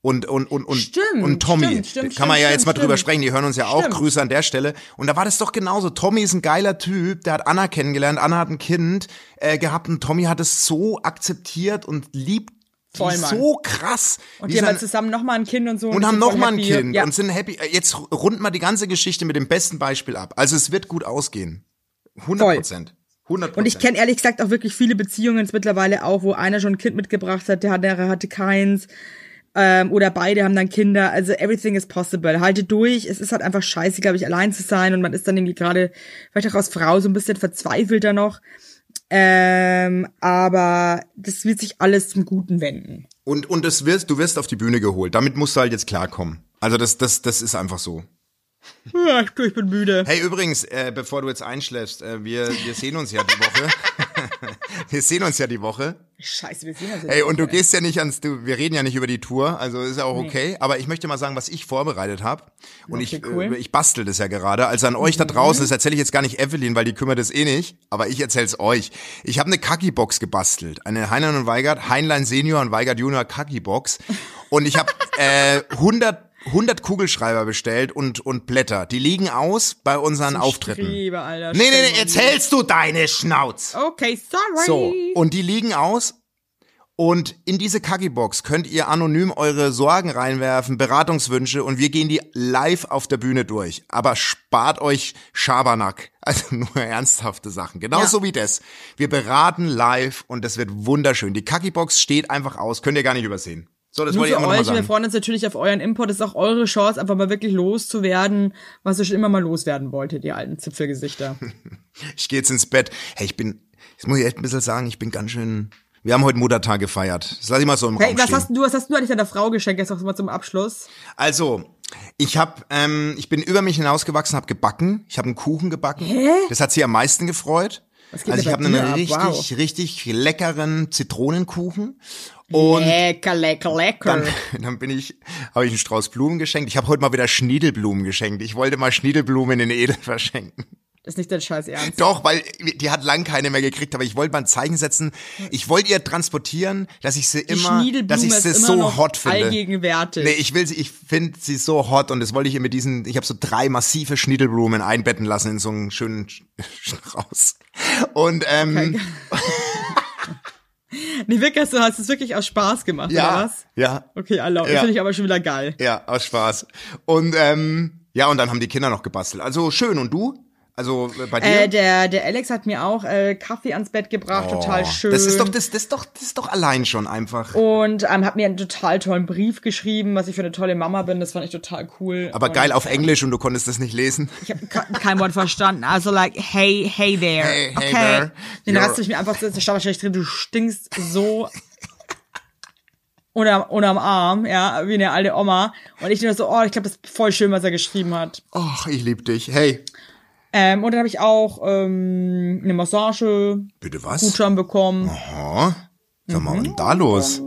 Speaker 2: Und, und, und, und,
Speaker 1: Stimmt,
Speaker 2: und Tommy.
Speaker 1: stimmt, stimmt,
Speaker 2: Kann man ja
Speaker 1: stimmt,
Speaker 2: jetzt mal
Speaker 1: stimmt,
Speaker 2: drüber
Speaker 1: stimmt.
Speaker 2: sprechen, die hören uns ja auch.
Speaker 1: Stimmt.
Speaker 2: Grüße an der Stelle. Und da war das doch genauso. Tommy ist ein geiler Typ, der hat Anna kennengelernt, Anna hat ein Kind äh, gehabt und Tommy hat es so akzeptiert und liebt die
Speaker 1: Voll, Mann.
Speaker 2: so krass.
Speaker 1: Und
Speaker 2: Die
Speaker 1: die
Speaker 2: sind-
Speaker 1: haben halt zusammen nochmal ein Kind und so.
Speaker 2: und
Speaker 1: die
Speaker 2: haben
Speaker 1: sind voll
Speaker 2: nochmal ein
Speaker 1: happy.
Speaker 2: Kind
Speaker 1: Ja.
Speaker 2: und sind happy. Äh, Jetzt runden wir die ganze Geschichte mit dem besten Beispiel ab. Also es wird gut ausgehen. 100 Prozent. 100 Prozent.
Speaker 1: Und ich kenne ehrlich gesagt auch wirklich viele Beziehungen jetzt mittlerweile auch, wo einer schon ein Kind mitgebracht hat, der andere hatte keins. Ähm, oder beide haben dann Kinder. Also everything is possible. Halte durch. Es ist halt einfach scheiße, glaube ich, allein zu sein. Und man ist dann irgendwie gerade, vielleicht auch als Frau, so ein bisschen verzweifelter noch. Ähm, aber das wird sich alles zum Guten wenden.
Speaker 2: Und, und das wirst, du wirst auf die Bühne geholt. Damit musst du halt jetzt klarkommen. Also das, das, das ist einfach so.
Speaker 1: Ja, ich, ich bin müde.
Speaker 2: Hey, übrigens, äh, bevor du jetzt einschläfst, äh, wir, wir sehen uns ja die Woche. wir sehen uns ja die Woche.
Speaker 1: Scheiße, wir sehen uns jetzt.
Speaker 2: Hey, und du gehst ja nicht ans, du, wir reden ja nicht über die Tour, also ist ja auch okay. Aber ich möchte mal sagen, was ich vorbereitet habe. Und
Speaker 1: Okay,
Speaker 2: ich,
Speaker 1: cool. Mhm.
Speaker 2: äh, ich bastel das ja gerade. Also an euch da draußen, das erzähle ich jetzt gar nicht Evelyn, weil die kümmert es eh nicht. Aber ich erzähle es euch. Ich habe eine Kaki-Box gebastelt. Eine Heinlein und Weigert, Heinlein Senior und Weigert Junior Kaki-Box. Und ich habe äh, 100 100 Kugelschreiber bestellt und, und Blätter. Die liegen aus bei unseren Auftritten.
Speaker 1: Streber, Alter.
Speaker 2: Nee, nee, nee, jetzt hältst du deine Schnauze.
Speaker 1: Okay, sorry.
Speaker 2: So, und die liegen aus. Und in diese Kaki-Box könnt ihr anonym eure Sorgen reinwerfen, Beratungswünsche und wir gehen die live auf der Bühne durch. Aber spart euch Schabernack. Also nur ernsthafte Sachen. Genauso wie das. Wir beraten live und das wird wunderschön. Die Kaki-Box steht einfach aus. Könnt ihr gar nicht übersehen. So, das
Speaker 1: Nur
Speaker 2: wollte ich
Speaker 1: für
Speaker 2: auch nochmal
Speaker 1: euch, wir
Speaker 2: sagen.
Speaker 1: freuen uns natürlich auf euren Import. Das ist auch eure Chance, einfach mal wirklich loszuwerden, was ihr schon immer mal loswerden wolltet, ihr alten Zipfelgesichter.
Speaker 2: Hm, Ich gehe jetzt ins Bett. Hey, ich bin, jetzt muss ich echt ein bisschen sagen, ich bin ganz schön, wir haben heute Muttertag gefeiert. Das lass ich mal so im
Speaker 1: Hey,
Speaker 2: Raum
Speaker 1: was
Speaker 2: stehen.
Speaker 1: hast du, was hast du eigentlich deiner Frau geschenkt? Jetzt noch mal zum Abschluss.
Speaker 2: Also, ich hab, ähm, ich bin über mich hinausgewachsen, habe gebacken. Ich habe einen Kuchen gebacken. Das hat sie am meisten gefreut.
Speaker 1: geht
Speaker 2: also ich
Speaker 1: denn
Speaker 2: habe
Speaker 1: bei dir
Speaker 2: einen
Speaker 1: ab?
Speaker 2: richtig,
Speaker 1: Wow.
Speaker 2: richtig leckeren Zitronenkuchen. Und
Speaker 1: Lecker, lecker, lecker.
Speaker 2: dann, dann bin ich, habe ich einen Strauß Blumen geschenkt. Ich habe heute mal wieder Schniedelblumen geschenkt. Ich wollte mal Schniedelblumen in Edel verschenken.
Speaker 1: ist nicht dein Scheiß Ernst.
Speaker 2: Doch, weil die hat lang keine mehr gekriegt, aber ich wollte mal ein Zeichen setzen. Ich wollte ihr transportieren, dass ich sie
Speaker 1: Die
Speaker 2: immer, dass ich sie
Speaker 1: immer
Speaker 2: so
Speaker 1: noch
Speaker 2: hot finde.
Speaker 1: Allgegenwärtig.
Speaker 2: Nee, ich will sie, ich finde sie so hot und das wollte ich ihr mit diesen, ich habe so drei massive Schniedelblumen einbetten lassen in so einen schönen Sch- Strauß. Und ähm,
Speaker 1: nee, wirklich, du hast es wirklich aus Spaß gemacht, oder
Speaker 2: ja,
Speaker 1: was?
Speaker 2: ja,
Speaker 1: Okay, erlaubt. Das
Speaker 2: Ja.
Speaker 1: finde ich aber schon wieder geil.
Speaker 2: ja, aus Spaß. Und ähm, ja, und dann haben die Kinder noch gebastelt. Also schön. Und du? Also äh, bei dir?
Speaker 1: Äh, der, der Alex hat mir auch äh, Kaffee ans Bett gebracht, total
Speaker 2: Oh,
Speaker 1: schön.
Speaker 2: Das ist doch, das, das ist doch, das ist doch allein schon einfach.
Speaker 1: Und ähm, hat mir einen total tollen Brief geschrieben, was ich für eine tolle Mama bin. Das fand ich total cool.
Speaker 2: Aber
Speaker 1: und
Speaker 2: geil auf Englisch und du konntest das nicht lesen.
Speaker 1: Ich habe kein Wort verstanden. Also like, hey, hey there.
Speaker 2: Hey, hey
Speaker 1: okay.
Speaker 2: there.
Speaker 1: Den
Speaker 2: You're-
Speaker 1: Rest hab ich mir einfach da stand wahrscheinlich drin, du stinkst so oder, oder am Arm, ja, wie eine alte Oma. Und ich dachte so, oh, ich glaube, das ist voll schön, was er geschrieben hat.
Speaker 2: Och, ich lieb dich. Hey.
Speaker 1: Ähm, und dann habe ich auch ähm, eine Massage
Speaker 2: Bitte was?
Speaker 1: Gutschein bekommen.
Speaker 2: Oh. Aha. Sag mal, was ist denn
Speaker 1: Mhm.
Speaker 2: da los?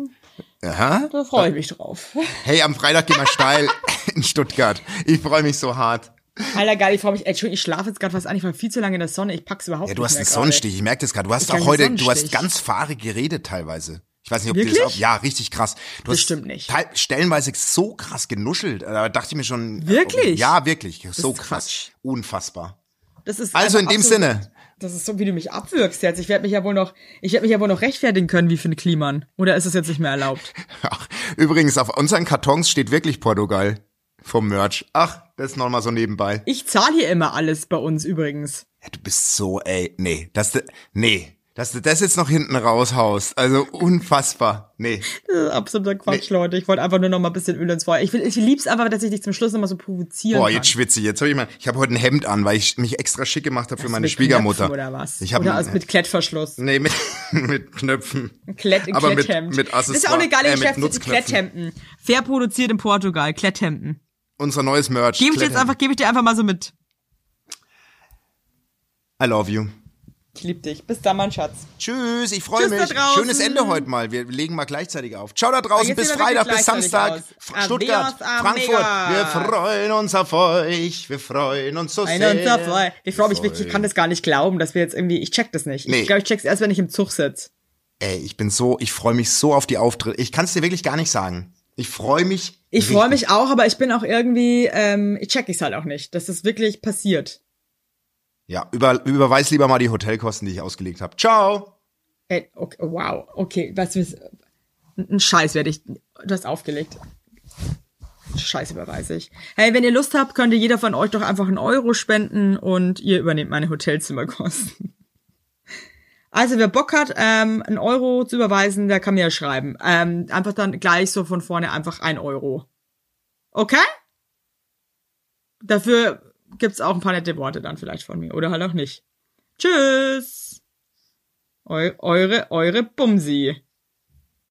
Speaker 2: Aha.
Speaker 1: Da freue ich mich drauf.
Speaker 2: Hey, am Freitag gehen wir steil in Stuttgart. Ich freue mich so hart.
Speaker 1: Alter, geil, ich freue mich. Entschuldigung, ich schlafe jetzt gerade fast an. Ich war viel zu lange in der Sonne. Ich pack's überhaupt
Speaker 2: Ja,
Speaker 1: nicht
Speaker 2: du hast
Speaker 1: mehr
Speaker 2: einen
Speaker 1: gerade.
Speaker 2: Sonnenstich, ich merke das gerade. Du hast
Speaker 1: krieg
Speaker 2: auch
Speaker 1: einen
Speaker 2: heute, du
Speaker 1: Sonnenstich.
Speaker 2: hast ganz fahrig geredet teilweise. Ich weiß nicht, ob dir das
Speaker 1: Wirklich?
Speaker 2: auf. Ja, richtig krass. Du hast
Speaker 1: Bestimmt nicht.
Speaker 2: teil- stellenweise so krass genuschelt. Da dachte ich mir schon. äh,
Speaker 1: Wirklich?
Speaker 2: okay. Ja, wirklich. So
Speaker 1: ist
Speaker 2: krass.
Speaker 1: Quatsch.
Speaker 2: Unfassbar.
Speaker 1: Das ist
Speaker 2: Also in
Speaker 1: einfach
Speaker 2: dem
Speaker 1: absolut-
Speaker 2: Sinne.
Speaker 1: Das ist so, wie du mich abwürgst jetzt. Ich werde mich ja wohl noch, ich werde mich ja wohl noch rechtfertigen können, wie für ein Kliman. Oder ist es jetzt nicht mehr erlaubt?
Speaker 2: Ach, übrigens, auf unseren Kartons steht wirklich Portugal vom Merch. Ach, das ist nochmal so nebenbei.
Speaker 1: Ich zahle hier immer alles bei uns übrigens.
Speaker 2: Ja, du bist so, ey. Nee, dass du, nee, dass du das jetzt noch hinten raushaust. Also unfassbar. Nee.
Speaker 1: Das ist absoluter Quatsch, Leute. Ich wollte einfach nur noch mal ein bisschen Öl ins Feuer. Ich, will, ich lieb's einfach, dass ich dich zum Schluss noch mal so provozieren
Speaker 2: Boah,
Speaker 1: kann.
Speaker 2: jetzt schwitze ich. Jetzt habe ich mal, ich habe heute ein Hemd an, weil ich mich extra schick gemacht habe für meine
Speaker 1: Mit
Speaker 2: Schwiegermutter.
Speaker 1: Knöpfen Oder was?
Speaker 2: Ich
Speaker 1: oder
Speaker 2: habe
Speaker 1: als mit Klettverschluss.
Speaker 2: nee mit mit Knöpfen. Ein
Speaker 1: Klett, ein
Speaker 2: aber mit
Speaker 1: Kletthemd.
Speaker 2: mit
Speaker 1: das ist ja auch eine geile
Speaker 2: Accessoire- äh, mit
Speaker 1: Geschäftsidee.
Speaker 2: Nutzknöpfen.
Speaker 1: Kletthemden. Fair produziert in Portugal. Kletthemden.
Speaker 2: Unser neues Merch.
Speaker 1: Gebe ich, jetzt
Speaker 2: Kletthemd.
Speaker 1: einfach, geb ich dir einfach mal so mit.
Speaker 2: I love you.
Speaker 1: Ich lieb dich. Bis dann, mein Schatz.
Speaker 2: Tschüss, ich freue
Speaker 1: Tschüss da
Speaker 2: mich.
Speaker 1: draußen.
Speaker 2: Schönes Ende heute mal. Wir legen mal gleichzeitig auf. Ciao da draußen,
Speaker 1: Jetzt
Speaker 2: bis
Speaker 1: sehen wir wirklich
Speaker 2: Freitag, bis
Speaker 1: gleichzeitig
Speaker 2: Samstag.
Speaker 1: aus.
Speaker 2: F- Stuttgart,
Speaker 1: Adios,
Speaker 2: Frankfurt. Wir
Speaker 1: amigas.
Speaker 2: freuen uns auf euch. Wir freuen uns so
Speaker 1: Einer
Speaker 2: sehr.
Speaker 1: und da frei. Ich freue mich wirklich, ich kann das gar nicht glauben, dass wir jetzt irgendwie, ich check das nicht.
Speaker 2: Nee.
Speaker 1: Ich glaube, ich check's erst, wenn ich im Zug sitze.
Speaker 2: Ey, ich bin so, ich freue mich so auf die Auftritte. Ich kann es dir wirklich gar nicht sagen. Ich freue mich.
Speaker 1: Ich
Speaker 2: richtig.
Speaker 1: freue mich auch, aber ich bin auch irgendwie, ähm, ich check es halt auch nicht, dass das wirklich passiert.
Speaker 2: Ja, über, überweis lieber mal die Hotelkosten, die ich ausgelegt habe. Ciao.
Speaker 1: Ey, Äh, okay, wow, okay, was ist, ein Scheiß werde ich, du hast aufgelegt. Scheiß überweise ich. Hey, wenn ihr Lust habt, könnte jeder von euch doch einfach einen Euro spenden und ihr übernehmt meine Hotelzimmerkosten. Also wer Bock hat, ähm, einen Euro zu überweisen, der kann mir ja schreiben. Ähm, einfach dann gleich so von vorne einfach ein Euro. Okay? Dafür gibt's auch ein paar nette Worte dann vielleicht von mir. Oder halt auch nicht. Tschüss! Eu eure, eure Bumsi.